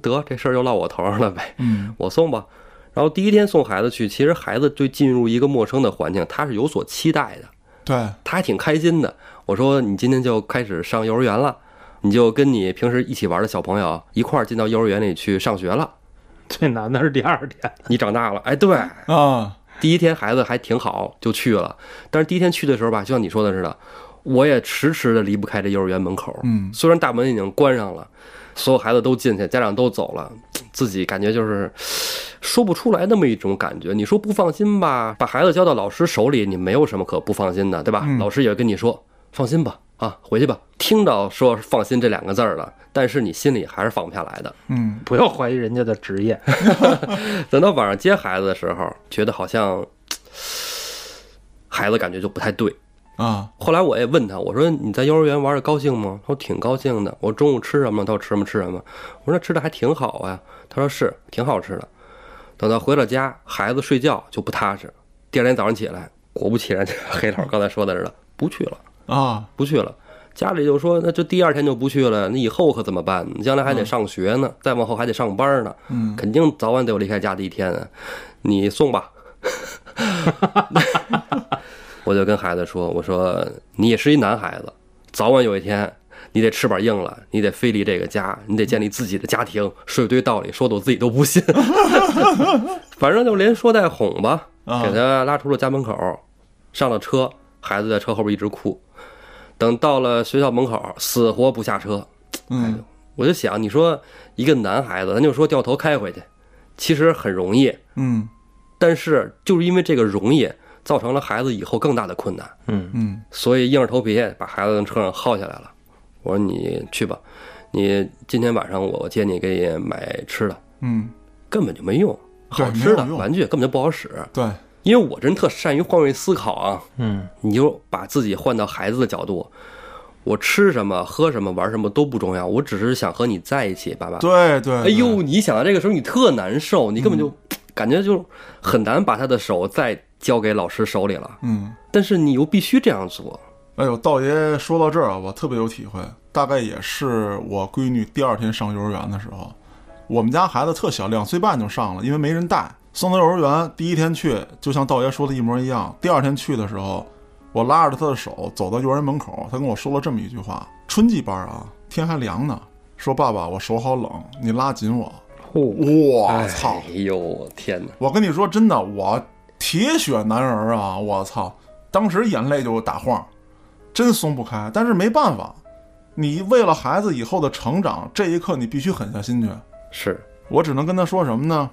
得，这事儿就落我头上了呗。”
嗯
我送吧。然后第一天送孩子去，其实孩子对进入一个陌生的环境，他是有所期待的，
对，
他还挺开心的。我说你今天就开始上幼儿园了，你就跟你平时一起玩的小朋友一块儿进到幼儿园里去上学了。
最难的是第二天。
你长大了，哎，对，
啊，
第一天孩子还挺好，就去了。但是第一天去的时候吧，就像你说的似的，我也迟迟的离不开这幼儿园门口。
嗯
虽然大门已经关上了，所有孩子都进去，家长都走了，自己感觉就是说不出来那么一种感觉。你说不放心吧，把孩子交到老师手里，你没有什么可不放心的，对吧？
嗯
老师也跟你说放心吧，啊，回去吧。听到说放心这两个字儿了，但是你心里还是放不下来的。
嗯
不要怀疑人家的 职业。
等到晚上接孩子的时候，觉得好像孩子感觉就不太对。
啊
后来我也问他，我说你在幼儿园玩的高兴吗？他说挺高兴的。我中午吃什么了？他说吃什么吃什么。我说那吃的还挺好啊。他说是，挺好吃的。等到回到家，孩子睡觉就不踏实。第二天早上起来，果不其然，就像黑老师刚才说的似的，不去了，
啊
不去了。家里就说，那这第二天就不去了，那以后可怎么办？你将来还得上学呢，再往后还得上班呢，
嗯
肯定早晚得有离开家的一天啊。你送吧。我就跟孩子说：“我说你也是一男孩子，早晚有一天你得翅膀硬了，你得飞离这个家，你得建立自己的家庭。说一堆道理，说的我自己都不信。反正就连说带哄吧，
啊
给他拉出了家门口，上了车，孩子在车后边一直哭。等到了学校门口，死活不下车。
嗯
我就想，你说一个男孩子，咱就说掉头开回去，其实很容易，
嗯
但是就是因为这个容易，造成了孩子以后更大的困难，
嗯，
嗯
所以硬着头皮把孩子从车上薅下来了。我说你去吧，你今天晚上我接你给你买吃的，
嗯，
根本就没用，
对
好吃的
没有用
玩具根本就不好使。
对，
因为我这人特善于换位思考啊，
嗯
你就把自己换到孩子的角度，我吃什么、喝什么、玩什么都不重要，我只是想和你在一起，爸爸。
对对，
哎呦，你想到这个时候，你特难受，你
嗯
根本就、感觉就很难把他的手再交给老师手里了。
嗯。
但是你又必须这样做，
哎呦，道爷说到这儿啊，我特别有体会。大概也是我闺女第二天上幼儿园的时候，我们家孩子特小，两岁半就上了，因为没人带，送到幼儿园。第一天去，就像道爷说的一模一样。第二天去的时候，我拉着他的手走到幼儿园门口，他跟我说了这么一句话：“春季班啊，天还凉呢。”说爸爸，我手好冷，你拉紧我。
嚯，
我操！
哦哎呦，天哪！
我跟你说真的，我铁血男儿啊！我操，当时眼泪就打晃，真松不开。但是没办法，你为了孩子以后的成长，这一刻你必须狠下心去。
是，
我只能跟他说什么呢？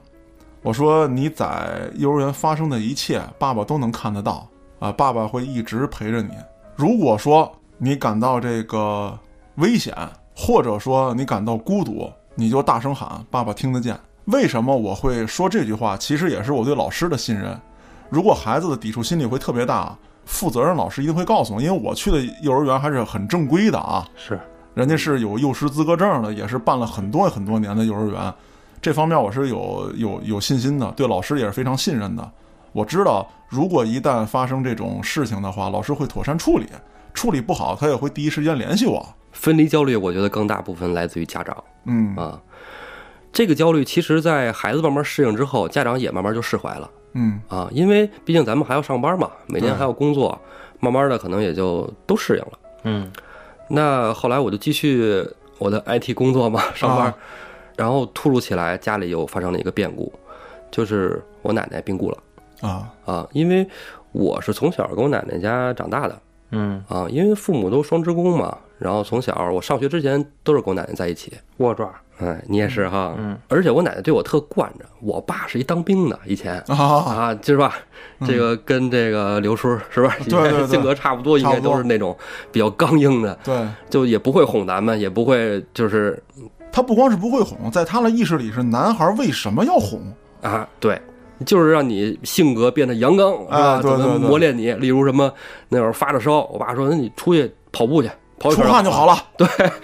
我说你在幼儿园发生的一切，爸爸都能看得到啊，爸爸会一直陪着你。如果说你感到这个危险，或者说你感到孤独，你就大声喊，爸爸听得见。为什么我会说这句话？其实也是我对老师的信任。如果孩子的抵触心理会特别大，负责任老师一定会告诉我，因为我去的幼儿园还是很正规的啊，
是
人家是有幼师资格证的，也是办了很多很多年的幼儿园，这方面我是有有有信心的，对老师也是非常信任的。我知道，如果一旦发生这种事情的话，老师会妥善处理，处理不好他也会第一时间联系我。
分离焦虑，我觉得更大部分来自于家长
嗯
啊。这个焦虑，其实，在孩子慢慢适应之后，家长也慢慢就释怀了。
嗯
啊，因为毕竟咱们还要上班嘛，每天
对
还要工作，慢慢的可能也就都适应了。
嗯
那后来我就继续我的 IT 工作嘛，上班，
啊
然后突如其来家里又发生了一个变故，就是我奶奶病故了
啊
啊，因为我是从小跟我奶奶家长大的
嗯，
啊，因为父母都双职工嘛，然后从小我上学之前都是跟我奶奶在一起，
握爪，
哎，你也是哈，
嗯，
而且我奶奶对我特惯着，我爸是一当兵的，以前
啊！嗯
啊，就是吧，这个跟这个刘叔是吧，
对对对
性格差不多，应
差
该
不多
都是那种比较刚硬的，
对
就也不会哄咱们，也不会就是
他不光是不会哄，在他的意识里是男孩为什么要哄？
啊，对，就是让你性格变得阳刚，是吧？
哎对对
怎么
对
磨练你，例如什么那会儿发着烧，我爸说那你出去跑步去，跑一
出
圈儿
汗就好。了。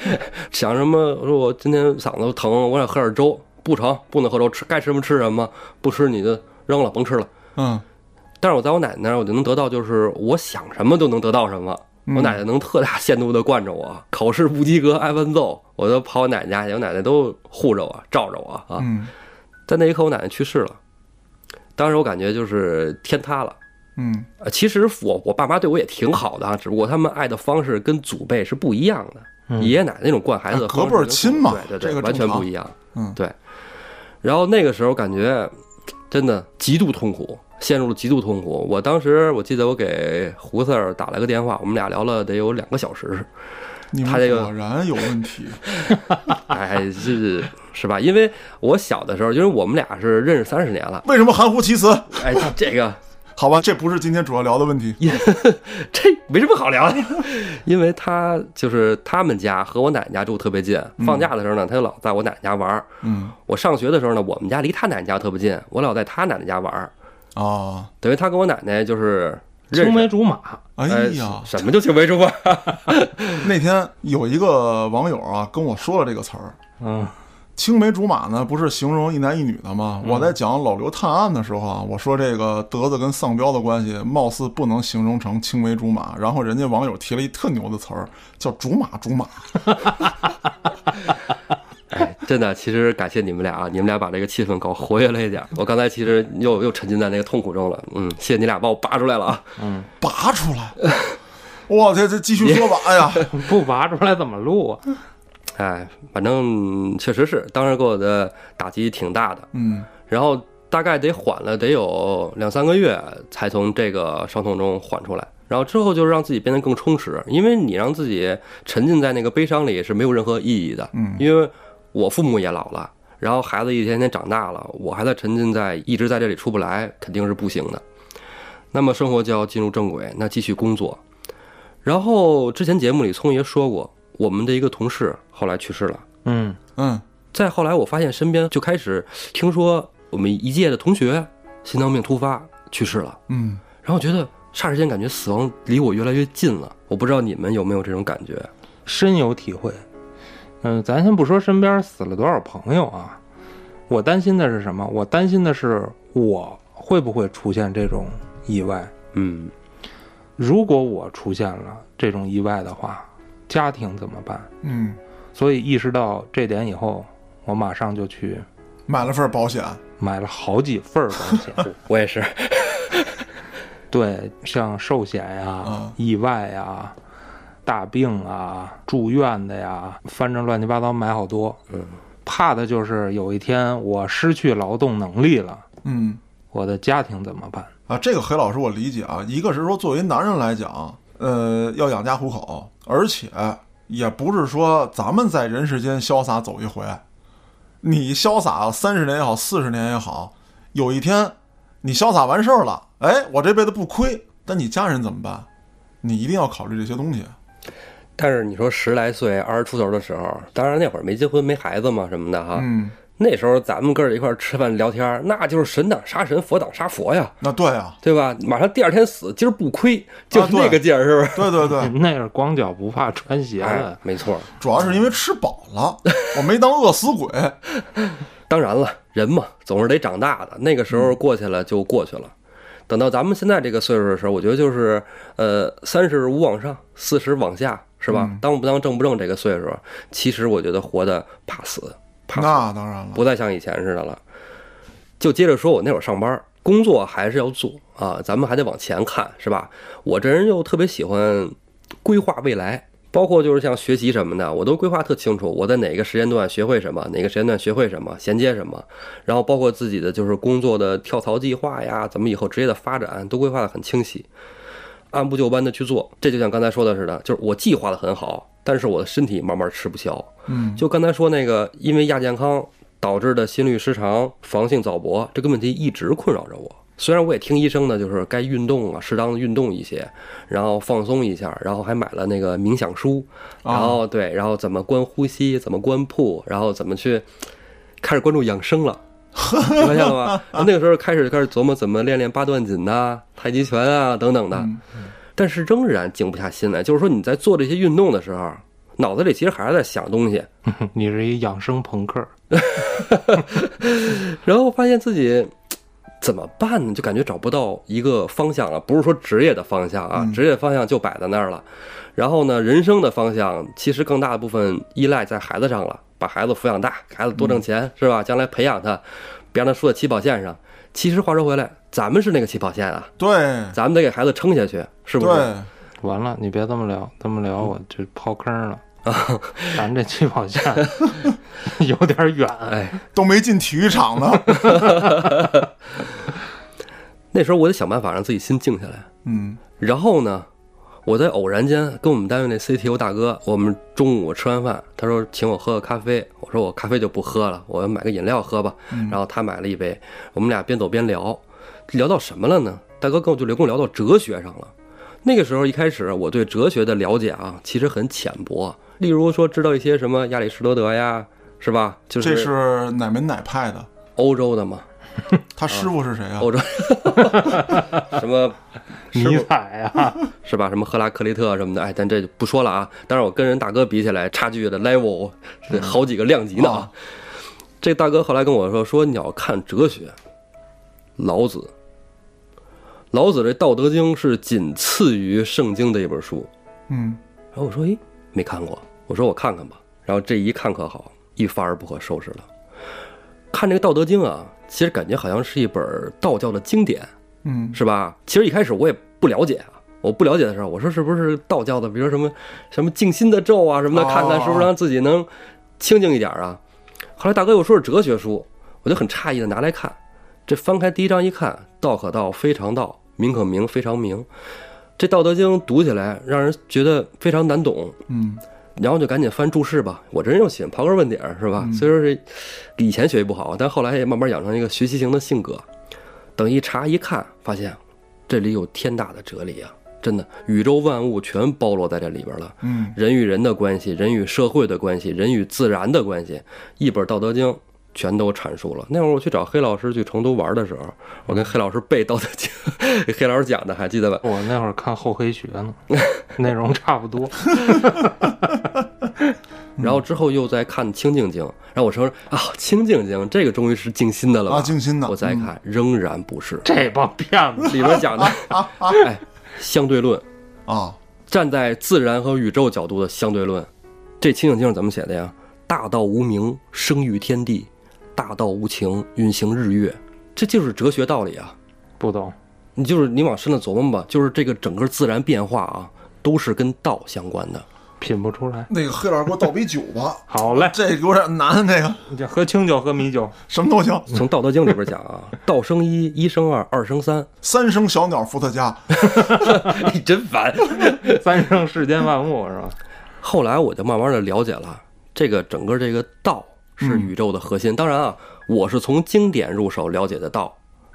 想什么？我说我今天嗓子疼，我想喝点粥，不成，不能喝粥，吃该吃什么吃什么，不吃你就扔了，甭吃了。
嗯
但是我在我奶奶那儿，我就能得到，就是我想什么都能得到什么。
嗯
我奶奶能特大限度的惯着我，考试不及格挨文揍，我都跑我奶奶家去，我奶奶都护着我，罩着我啊。
嗯
在那一刻，我奶奶去世了，当时我感觉就是天塌了。
嗯
呃其实我我爸妈对我也挺好的啊，只不过他们爱的方式跟祖辈是不一样的。爷爷奶奶那种惯孩子的
哎
方式
嗯隔辈儿亲嘛
对对
这
对，
个
完
正
全
常
不一样。
嗯
对。然后那个时候感觉真的极度痛苦，陷入了极度痛苦。我当时我记得我给胡 Sir 打了个电话，我们俩聊了得有两个小时。
你们
他这个
果然有问题，
哎，是是吧？因为我小的时候，因为我们俩是认识三十年了，
为什么含糊其辞？
哎，这个
好吧，这不是今天主要聊的问题。
这没什么好聊的， 因为他就是他们家和我奶奶家住特别近，放假的时候呢，他就老在我奶奶家玩儿。
嗯
我上学的时候呢，我们家离他奶奶家特别近，我老在他奶奶家玩儿，
啊，
等于他跟我奶奶就是认
青
识。
梅竹马，
哎
哎
呀，
什么就青梅竹马？
那天有一个网友啊跟我说了这个词儿。
嗯，
青梅竹马呢，不是形容一男一女的吗？我在讲老刘探案的时候啊，我说这个德子跟丧彪的关系，貌似不能形容成青梅竹马。然后人家网友提了一特牛的词儿，叫“竹马竹马
哎，真的，其实感谢你们俩啊，你们俩把这个气氛搞活跃了一点儿。我刚才其实又又沉浸在那个痛苦中了，嗯，谢谢你俩把我拔出来了啊。”，
拔出来。哇，这这继续说吧。哎呀，
不拔出来怎么录啊？
哎，反正确实是，当时给我的打击挺大的。
嗯
然后大概得缓了得有两三个月，才从这个伤痛中缓出来。然后之后就是让自己变得更充实，因为你让自己沉浸在那个悲伤里是没有任何意义的。
嗯
因为我父母也老了，然后孩子一天天长大了，我还在沉浸在一直在这里出不来，肯定是不行的。那么生活就要进入正轨，那继续工作。然后之前节目里聪爷说过，我们的一个同事后来去世了。
嗯
嗯，
再后来，我发现身边就开始听说我们一届的同学心脏病突发去世了，
嗯，
然后觉得霎时间感觉死亡离我越来越近了。我不知道你们有没有这种感觉？
深有体会。嗯，咱先不说身边死了多少朋友啊，我担心的是什么？我担心的是我会不会出现这种意外。
嗯，
如果我出现了这种意外的话，家庭怎么办？
嗯，
所以意识到这点以后，我马上就去
买了份保险。
买了好几份儿保险，
我也 是。
对，像寿险呀、
啊
嗯
意外呀、大病啊、住院的呀，反正乱七八糟买好多。
嗯，
怕的就是有一天我失去劳动能力了，
嗯
我的家庭怎么办？
啊，这个黑老师我理解啊，一个是说作为男人来讲，呃，要养家糊口，而且也不是说咱们在人世间潇洒走一回，你潇洒三十年也好，四十年也好，有一天你潇洒完事儿了，哎，我这辈子不亏，但你家人怎么办？你一定要考虑这些东西。
但是你说十来岁、二十出头的时候，当然那会儿没结婚、没孩子嘛什么的哈，
嗯，
那时候咱们哥儿一块儿吃饭聊天儿，那就是神挡杀神，佛挡杀佛呀，
那对啊，
对吧？马上第二天死，今儿不亏，就是
对
那个劲儿，是不是？
对对
嗯
对，
那是光脚不怕穿鞋
啊哎
的，，
没错。
主要是因为吃饱了，我没当饿死鬼。
当然了，人嘛，总是得长大的。那个时候过去了就过去了。等到咱们现在这个岁数的时候，我觉得就是，呃，三十五往上，四十往下，是吧？当不当正不正这个岁数，其实我觉得活的怕死，怕死，
那当然了，
不再像以前似的了。就接着说，我那会儿上班，工作还是要做啊，咱们还得往前看，是吧？我这人又特别喜欢规划未来，包括就是像学习什么的，我都规划特清楚，我在哪个时间段学会什么，哪个时间段学会什么，衔接什么，然后包括自己的就是工作的跳槽计划呀，怎么以后职业的发展都规划的很清晰，按部就班的去做。这就像刚才说的似的，就是我计划的很好，但是我的身体慢慢吃不消。
嗯，
就刚才说那个，因为亚健康导致的心律失常、房性早搏这个问题一直困扰着我。虽然我也听医生的，就是该运动啊，适当的运动一些，然后放松一下，然后还买了那个冥想书，然后对，然后怎么观呼吸，怎么观瀑，然后怎么去开始关注养生了。你发现了吗？啊那个时候开始开始琢磨怎么练练八段锦呐、太极拳啊等等的，但是仍然静不下心来。就是说你在做这些运动的时候，脑子里其实还是在想东西，
你是一养生朋克。
然后发现自己怎么办呢？就感觉找不到一个方向了，不是说职业的方向啊，职业方向就摆在那儿了。然后呢，人生的方向其实更大的部分依赖在孩子上了，把孩子抚养大，孩子多挣钱、是吧？将来培养他，别让他输在起跑线上。其实话说回来，咱们是那个起跑线啊，
对
咱们得给孩子撑下去，是不是？
对，
完了，你别这么聊，这么聊我就刨坑了。 咱这起跑 线有点远，
哎，
都没进体育场呢。
那那时候我得想办法让自己心静下来。
嗯
然后呢，我在偶然间跟我们单位那 CTO 大哥，我们中午吃完饭，他说请我喝个咖啡，我说我咖啡就不喝了，我买个饮料喝吧。然后他买了一杯，我们俩边走边聊，聊到什么了呢？大哥跟我就聊跟我聊到哲学上了。那个时候一开始我对哲学的了解啊，其实很浅薄，例如说知道一些什么亚里士多德呀，是吧？就
这
是
是哪门哪派的？
欧洲的嘛，
他师傅是谁啊？
欧洲 什么师
尼
傅
采啊呀，
是吧？什么赫拉克利特什么的，哎，咱这就不说了啊。当然，我跟人大哥比起来，差距的 level 是好几个量级呢啊。这大哥后来跟我说，说你要看哲学，老子，老子这《道德经》是仅次于圣经的一本书。
嗯
然后我说，诶，没看过，我说我看看吧。然后这一看可好，一发而不可收拾了。看这个《道德经》啊，其实感觉好像是一本道教的经典，
嗯
是吧？其实一开始我也不了解啊，我不了解的时候，我说是不是道教的，比如说什么什么静心的咒啊什么的，
哦
看看是不是让自己能清静一点啊。后来大哥又说是哲学书，我就很诧异的拿来看，这翻开第一章一看，道可道非常道，名可名非常名。这《道德经》读起来让人觉得非常难懂，
嗯
然后就赶紧翻注释吧。我这人又喜欢刨根问底儿，是吧？虽说是以前学习不好，但后来也慢慢养成一个学习型的性格。等一查一看，发现这里有天大的哲理啊！真的，宇宙万物全包罗在这里边了。
嗯
人与人的关系，人与社会的关系，人与自然的关系，一本《道德经》全都阐述了。那会儿我去找黑老师去成都玩的时候，我跟黑老师背《道德经》， 给黑老师讲的，还记得吧？
我那会儿看厚黑学 呢，内容差不多。
然后
嗯
之后又在看《清净经》，然后我说啊，《清净经》这个终于是静心的了吧？
啊，静心的
我再看，仍然不是。
这帮骗子，
里面 讲的，哎，相对论，
啊，
站在自然和宇宙角度的相对论，这《清净经》是怎么写的呀？大道无名，生于天地；大道无情，运行日月。这就是哲学道理啊！
不懂。
你就是你往深了琢磨吧，就是这个整个自然变化啊，都是跟道相关的。
品不出来。，
那个黑老师给我倒杯酒吧
好嘞，
这有点难，这个
你就喝清酒，喝米 酒，
什么都行。
从《道德经》里边讲啊，道生一，一生二，二生三。
三声小鸟伏特加，
你真烦。
三生世间万物是吧？
后来我就慢慢的了解了，这个整个这个道是宇宙的核心。当然啊，我是从经典入手了解的道，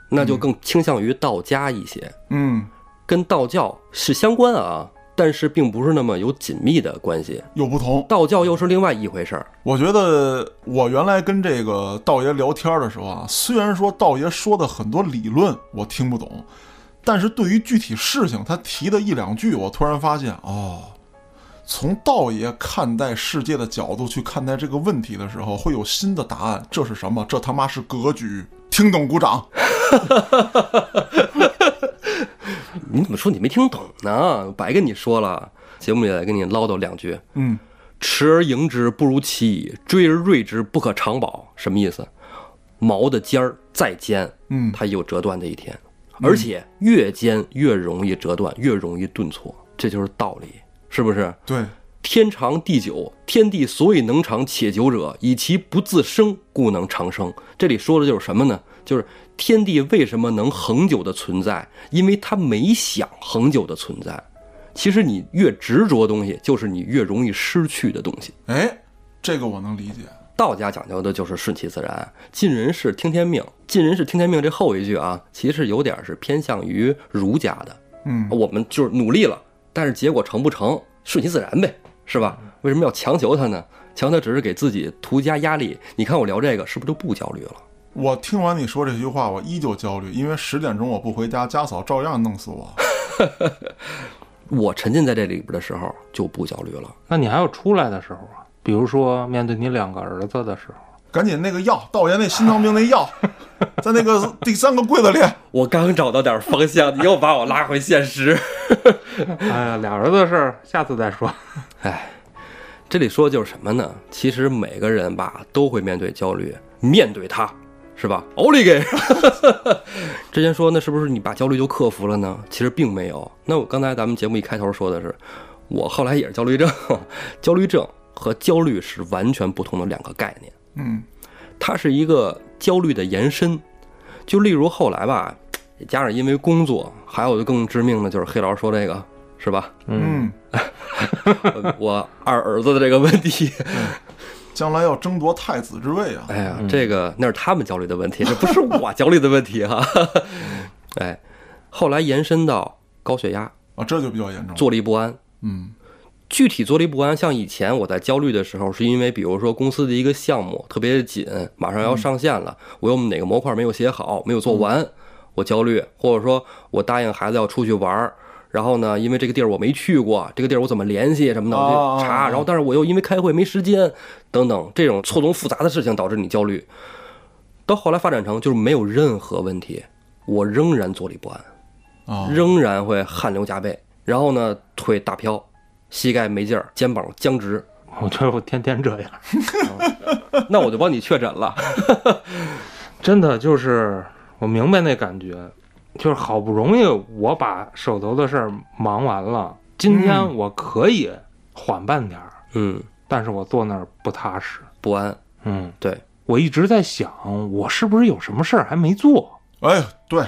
那就更倾向于道家一些，
嗯，
跟道教是相关啊，但是并不是那么有紧密的关系。
有不同。
道教又是另外一回事儿。
我觉得我原来跟这个道爷聊天的时候啊，虽然说道爷说的很多理论我听不懂，但是对于具体事情他提的一两句，我突然发现哦，从道爷看待世界的角度去看待这个问题的时候，会有新的答案。这是什么？这他妈是格局！听懂鼓掌。
你怎么说你没听懂呢？白跟你说了，节目里来跟你唠叨两句。
嗯
持而盈之，不如其已；追而锐之，不可长保。什么意思？矛的尖儿再尖，
嗯
它也有折断的一天，而且越尖越容易折断，越容易顿挫，这就是道理，是不是？
对，
天长地久，天地所以能长且久者，以其不自生，故能长生。这里说的就是什么呢？就是天地为什么能恒久的存在，因为它没想恒久的存在。其实你越执着东西，就是你越容易失去的东西。
哎，这个我能理解。
道家讲究的就是顺其自然，尽人事听天命。尽人事听天命这后一句啊，其实有点是偏向于儒家的。
嗯
我们就是努力了，但是结果成不成，顺其自然呗，是吧？为什么要强求它呢？强求只是给自己徒加压力。你看我聊这个，是不是就不焦虑了？
我听完你说这句话，我依旧焦虑，因为十点钟我不回家，家嫂照样弄死我。
我沉浸在这里边的时候就不焦虑了。
那你还有出来的时候啊，比如说面对你两个儿子的时候，
赶紧那个药，道爷那心脏病那药，在那个第三个柜子里。
我刚找到点方向，你又把我拉回现实。
哎呀，俩儿子的事儿下次再说。
哎，这里说就是什么呢？其实每个人吧都会面对焦虑，面对它，是吧？奥利给！ 之前说那是不是你把焦虑就克服了呢？其实并没有。那我刚才咱们节目一开头说的是，我后来也是焦虑症， 焦虑症和焦虑是完全不同的两个概念，
嗯
它是一个焦虑的延伸。就例如后来吧，加上因为工作，还有就更致命的就是黑老师说这个是吧？
嗯，
我二儿子的这个问题，
将来要争夺太子之位啊！
哎呀，这个那是他们焦虑的问题，这不是我焦虑的问题哈、 哎，后来延伸到高血压、
啊，这就比较严重。
坐立不安。
嗯
具体坐立不安，像以前我在焦虑的时候，是因为比如说公司的一个项目特别紧，马上要上线了，我有哪个模块没有写好，没有做完，我焦虑，或者说我答应孩子要出去玩儿。然后呢，因为这个地儿我没去过，这个地儿我怎么联系什么的，我就
啊啊
查。
啊
然后，但是我又因为开会没时间，等等，这种错综复杂的事情导致你焦虑。到后来发展成就是没有任何问题，我仍然坐立不安。
哦
啊，
仍然会汗流浃背，然后呢腿打飘，膝盖没劲儿，肩膀僵 直，
我觉得我天天这样，
那我就帮你确诊了。
真的就是我明白那感觉，就是好不容易我把手头的事儿忙完了，今天我可以缓半点儿，
嗯，
但是我坐那儿不踏实。
不安，
嗯，
对，
我一直在想，我是不是有什么事儿还没做，
哎，对，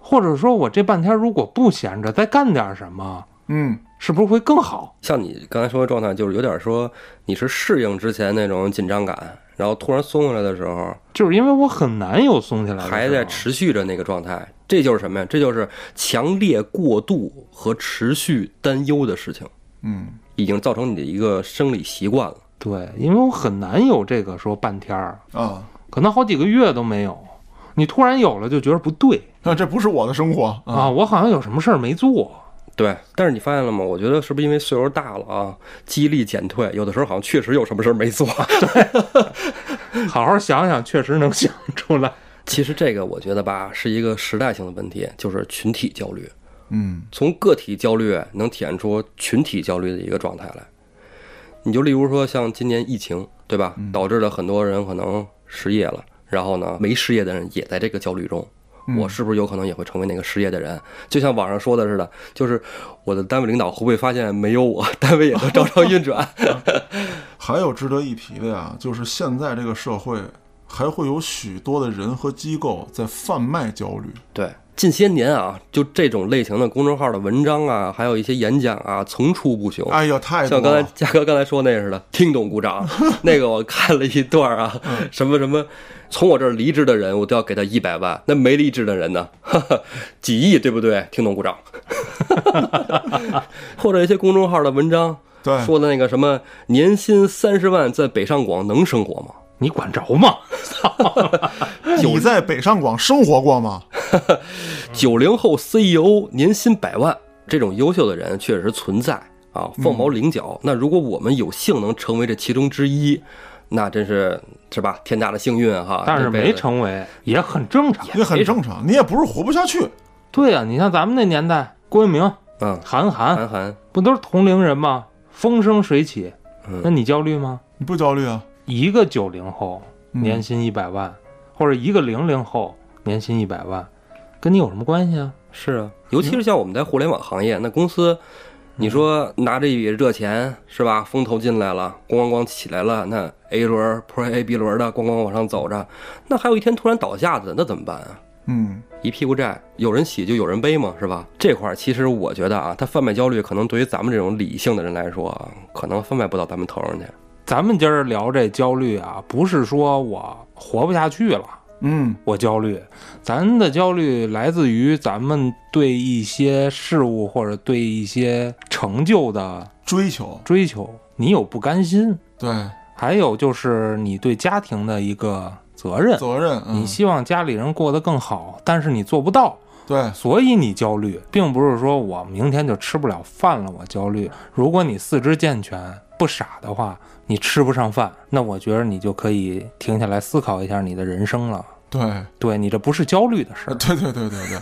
或者说，我这半天如果不闲着，再干点什么，
嗯，
是不是会更好？
像你刚才说的状态，就是有点说你是适应之前那种紧张感，然后突然松下来的时候，
就是因为我很难有松下来的时候，
还在持续着那个状态，这就是什么呀？这就是强烈过度和持续担忧的事情，
嗯，
已经造成你的一个生理习惯了。
对，因为我很难有这个说半天儿，
啊，
可能好几个月都没有。你突然有了，就觉得不对
那这不是我的生活啊，
啊！我好像有什么事儿没做，
对，但是你发现了吗？我觉得是不是因为岁数大了啊，记忆力减退，有的时候好像确实有什么事儿没做。
好好想想，确实能想出来。
其实这个我觉得吧，是一个时代性的问题，就是群体焦虑。
嗯
从个体焦虑能体现出群体焦虑的一个状态来。你就例如说，像今年疫情，对吧？导致了很多人可能失业了，然后呢，没失业的人也在这个焦虑中。我是不是有可能也会成为那个失业的人？就像网上说的似的，就是我的单位领导会不会发现没有我， 单位也能照常运转？
还有值得一提的呀，就是现在这个社会还会有许多的人和机构在贩卖焦虑。
对，近些年啊，就这种类型的公众号的文章啊，还有一些演讲啊，层出不穷。
哎呀，太多
像刚
了
才嘉哥刚才说那似的，听懂鼓 掌。那个我看了一段啊，
嗯
什么什么，从我这儿离职的人，我都要给他一百万。那没离职的人呢， 哈哈，几亿，对不对？听懂鼓掌。 或者一些公众号的文章
对，
说的那个什么，年薪三十万在北上广能生活吗？
你管着吗？
你在北上广生活过吗？
九零后 CEO 年薪百万，这种优秀的人确实存在啊，凤
嗯
毛麟角。那如果我们有幸能成为这其中之一，那真是是吧？天大的幸运哈！
但是
这辈子
没成为也很正常。
也很正常，你也不是活不下去。
对啊呀、你像咱们那年代，郭敬明、
嗯，
韩寒
韩寒
不都是同龄人吗？风生水起，
嗯
那你焦虑吗？
你不焦虑啊？
一个九零后
嗯
年薪一百万，或者一个零零后年薪一百万，跟你有什么关系啊？
是啊，尤其是像我们在互联网行业，那公司。
嗯
你说拿这笔热钱是吧？风投进来了，咣咣咣起来了，那 A 轮、Pre A、B 轮的咣咣往上走着，那还有一天突然倒下子，那怎么办啊？
嗯，
一屁股债，有人洗就有人背嘛，是吧？这块儿其实我觉得啊，他贩卖焦虑，可能对于咱们这种理性的人来说啊，可能贩卖不到咱们头上去。
咱们今儿聊这焦虑啊，不是说我活不下去了，
嗯，
我焦虑，咱的焦虑来自于咱们对一些事物或者对一些成就的
追求，
追求，你有不甘心，
对，
还有就是你对家庭的一个责任，
责任，嗯
你，希望家里人过得更好，但是你做不到，
对，
所以你焦虑，并不是说我明天就吃不了饭了，我焦虑。如果你四肢健全，不傻的话，你吃不上饭，那我觉得你就可以停下来思考一下你的人生了。
对，
对你这不是焦虑的事
呃
儿，
对对对对对，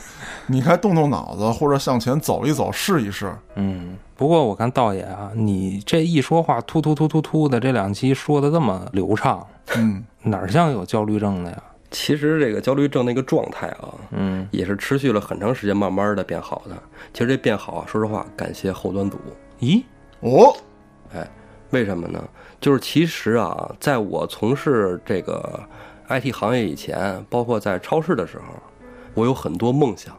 你该动动脑子，或者向前走一走，试一试。
嗯。不过我看道爷啊，你这一说话突突突突突的，这两期说的这么流畅，
嗯，
哪儿像有焦虑症的呀？
其实这个焦虑症那个状态啊，
嗯，
也是持续了很长时间，慢慢的变好的。其实这变好啊，说实话，感谢后端组。
咦，
哦，
为什么呢？就是其实啊，在我从事这个 IT 行业以前，包括在超市的时候，我有很多梦想，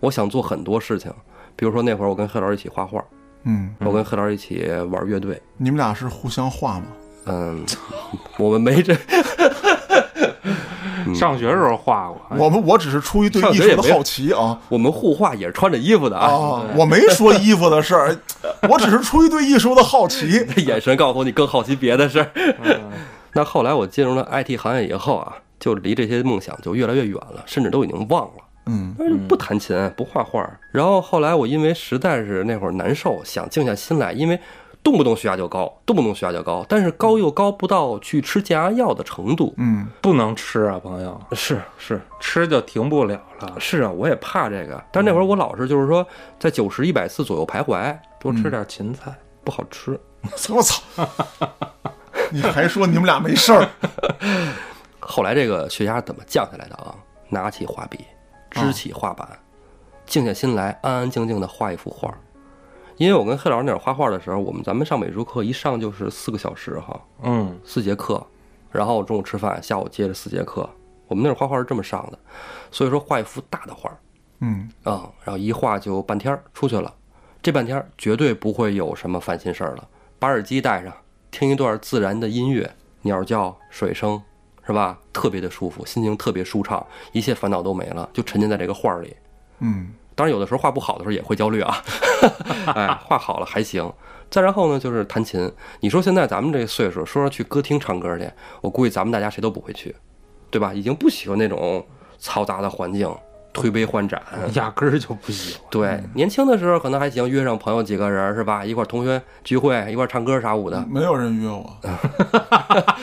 我想做很多事情，比如说那会儿我跟黑老师一起画画，
嗯，
我跟黑老师一起玩乐队，
你们俩是互相画吗？
嗯，我们没这
上学时候画过，哎
我们我只是出于对艺
哎上学也
术的
没有
好奇 啊
我们互画也是穿着衣服的啊，
啊！我没说衣服的事 儿，我只是出于对艺术的好奇。
这眼神告诉我你更好奇别的事儿。
嗯
那后来我进入了 IT 行业以后啊，就离这些梦想就越来越远了，甚至都已经忘了。
嗯
但是不弹琴，不画画。然后后来我因为实在是那会儿难受，想静下心来，因为动不动血压就高，动不动血压就高，但是高又高不到去吃降压药的程度。
嗯
不能吃啊，朋友，
是是
吃就停不了了。
是啊，我也怕这个，但是那会儿我老是就是说在九十一百四左右徘徊，
多
嗯
吃点芹菜，
不好吃。
我 操！你还说你们俩没事儿？
后来这个血压怎么降下来的啊？拿起画笔，支起画板，静下心来，安安静静的画一幅画。因为我跟黑老师那会儿画画的时候，我们咱们上美术课一上就是四个小时哈，
嗯，
四节课，然后中午吃饭，下午接着四节课。我们那会儿画画是这么上的，所以说画一幅大的画儿
嗯
啊、然后一画就半天儿出去了，这半天儿绝对不会有什么烦心事儿了。把耳机戴上，听一段自然的音乐，鸟叫、水声，是吧？特别的舒服，心情特别舒畅，一切烦恼都没了，就沉浸在这个画儿里。
嗯
当然，有的时候画不好的时候也会焦虑啊。 哎，画好了还行。再然后呢，就是弹琴。你说现在咱们这个岁数，说说去歌厅唱歌去，我估计咱们大家谁都不会去，对吧？已经不喜欢那种嘈杂的环境，推杯换盏。
压根儿就不 喜欢。
对，年轻的时候可能还行，约上朋友几个人儿是吧？一块儿同学聚会，一块儿唱歌啥舞的，
没有人约我，
哎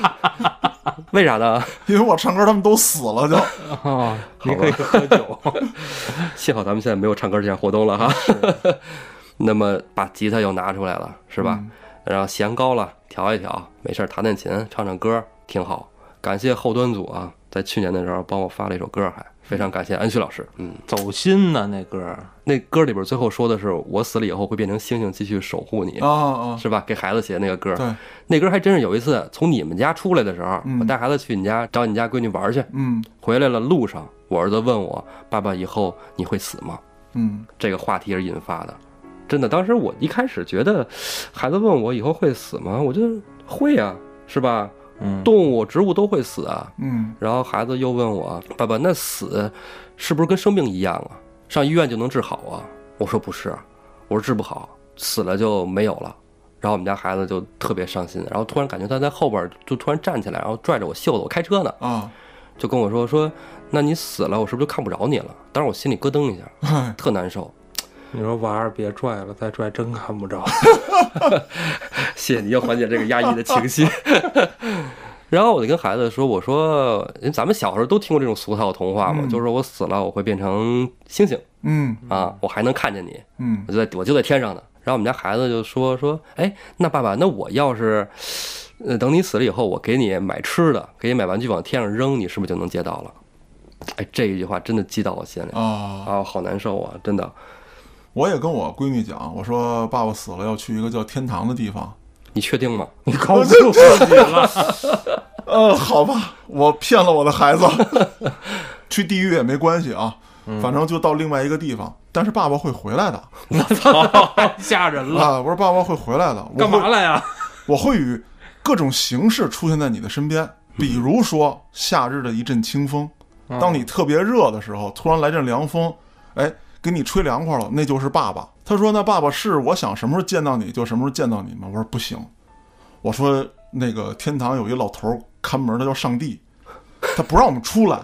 为啥呢？
因为我唱歌他们都死了就。
哦，你可以喝酒。
幸好咱们现在没有唱歌这项活动了哈。 那么把吉他又拿出来了，是
嗯
吧？然后弦高了调一调，没事儿弹弹琴，唱唱歌，挺好。感谢后端组啊，在去年的时候帮我发了一首歌，还非常感谢安旭老师。嗯，
走心呢，那歌儿
那歌里边最后说的是我死了以后会变成星星继续守护你，
啊啊！
是吧？给孩子写的那个歌，
对，
那歌还真是有一次从你们家出来的时候，
嗯
我带孩子去你家找你家闺女玩去，
嗯
回来了路上，我儿子问我爸爸以后你会死吗？
嗯
这个话题而引发的。真的，当时我一开始觉得，孩子问我以后会死吗？我觉得会啊，是吧？
嗯，
动物、植物都会死啊。
嗯
然后孩子又问我，爸爸，那死是不是跟生病一样啊？上医院就能治好啊？我说不是，我说治不好，死了就没有了。然后我们家孩子就特别伤心，然后突然感觉他在后边就突然站起来，然后拽着我袖子，我开车呢，
啊！
就跟我说说，那你死了，我是不是就看不着你了？当时我心里咯噔一下，
哎
特难受。
你说娃儿别拽了，再拽真看不 着。
谢谢你又缓解这个压抑的情绪。 然后我就跟孩子说：“我说，因为咱们小时候都听过这种俗套的童话嘛，
嗯
就是说我死了我会变成星星
嗯
啊，我还能看见你，
嗯
我就在我就在天上呢。”然后我们家孩子就说：“说，哎，那爸爸，那我要是，呃，等你死了以后，我给你买吃的，给你买玩具往天上扔，你是不是就能接到了？”哎，这一句话真的击到我心里
啊！
啊，好难受啊，真的。
我也跟我闺女讲，我说爸爸死了要去一个叫天堂的地方。
你确定吗？
你高兴自己了，
呃，好吧，我骗了我的孩子， 去地狱也没关系啊，
嗯
反正就到另外一个地方。但是爸爸会回来的啊！
吓人了。
我说爸爸会回来的，我
嗯干嘛
会
来呀？
我会以各种形式出现在你的身边，比如说夏日的一阵清风，
嗯
当你特别热的时候，突然来阵凉风，哎，给你吹凉快了，那就是爸爸。他说：“那爸爸是我想什么时候见到你就什么时候见到你吗？”我说：“不行。”我说：“那个天堂有一老头儿看门，他叫上帝，他不让我们出来。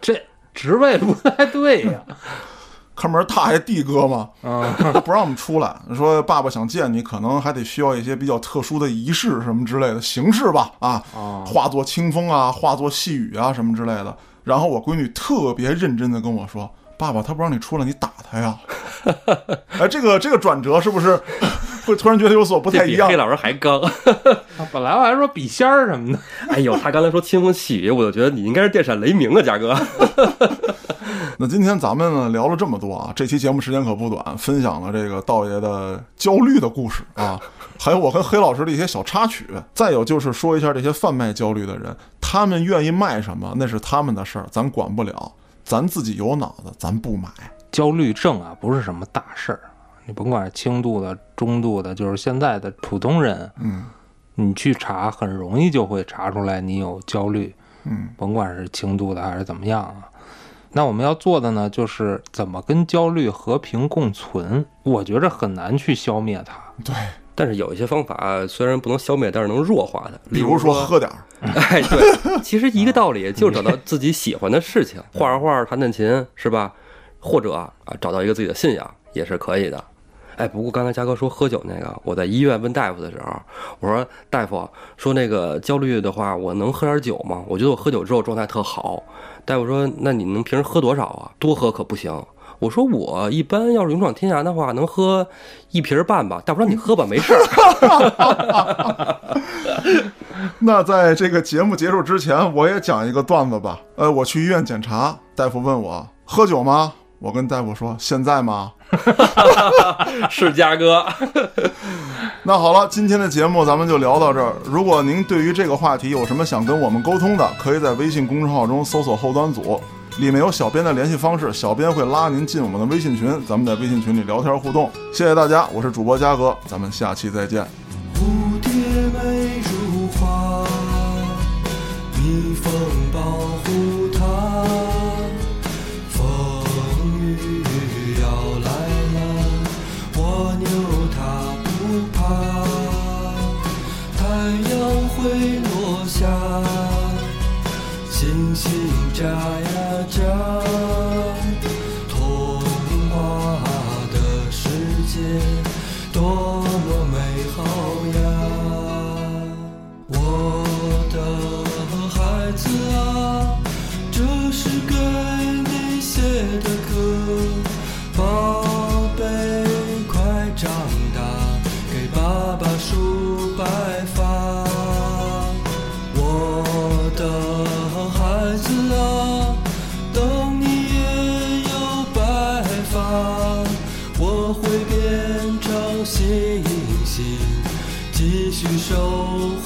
这嗯职位不太对呀。
看门他还帝哥吗？
啊，
他 不让我们出来，说爸爸想见你，可能还得需要一些比较特殊的仪式什么之类的形式吧，啊，化作清风啊，化作细雨啊什么之类的。然后我闺女特别认真的跟我说：“爸爸，他不让你出来，你打他呀！”哎，这个这个转折是不是 会突然觉得有所不
这
太一
比
样啊
黑？老师还刚。
本来我还说笔仙儿什么的，
哎呦，他刚才说清风细雨，我就觉得你应该是电闪雷鸣啊，嘉哥。
那今天咱们呢聊了这么多啊，这期节目时间可不短，分享了这个道爷的焦虑的故事 啊，还有我跟黑老师的一些小插曲。再有就是说一下这些贩卖焦虑的人，他们愿意卖什么那是他们的事儿，咱管不了。咱自己有脑子，咱不买。
焦虑症啊，不是什么大事儿。你甭管是轻度的、中度的，就是现在的普通人，
嗯
你去查很容易就会查出来你有焦虑，
嗯
甭管是轻度的还是怎么样啊。那我们要做的呢，就是怎么跟焦虑和平共存。我觉着很难去消灭它，
但是有一些方法啊虽然不能消灭，但是能弱化它。
比如说喝点儿，
哎，对，其实一个道理，就是找到自己喜欢的事情，画画画、弹弹琴，是吧？或者啊，找到一个自己的信仰也是可以的。哎，不过刚才嘉哥说喝酒那个，我在医院问大夫的时候，我说大夫说那个焦虑的话，我能喝点酒吗？我觉得我喝酒之后状态特好。大夫说，那你能平时喝多少啊？多喝可不行。我说我一般要是勇闯天涯的话，能喝一瓶半吧。大夫说你喝吧，没事儿。
那在这个节目结束之前，我也讲一个段子吧。呃，我去医院检查，大夫问我喝酒吗？我跟大夫说现在吗？
是嘉哥，
那好了，今天的节目咱们就聊到这儿。如果您对于这个话题有什么想跟我们沟通的，可以在微信公众号中搜索“后端组”，里面有小编的联系方式，小编会拉您进我们的微信群，咱们在微信群里聊天互动。谢谢大家，我是主播嘉哥，咱们下期再见。
蝴蝶美如画，蜜蜂保护它。风雨要来了，蜗牛它不怕。太阳会落下，星星眨呀眨。童话的世界多么美好呀！我的孩子啊，这是给你写的歌，宝贝，快长大，给爸爸梳白发。我的孩子啊，等你也有白发，我会变成星星，继续守护啊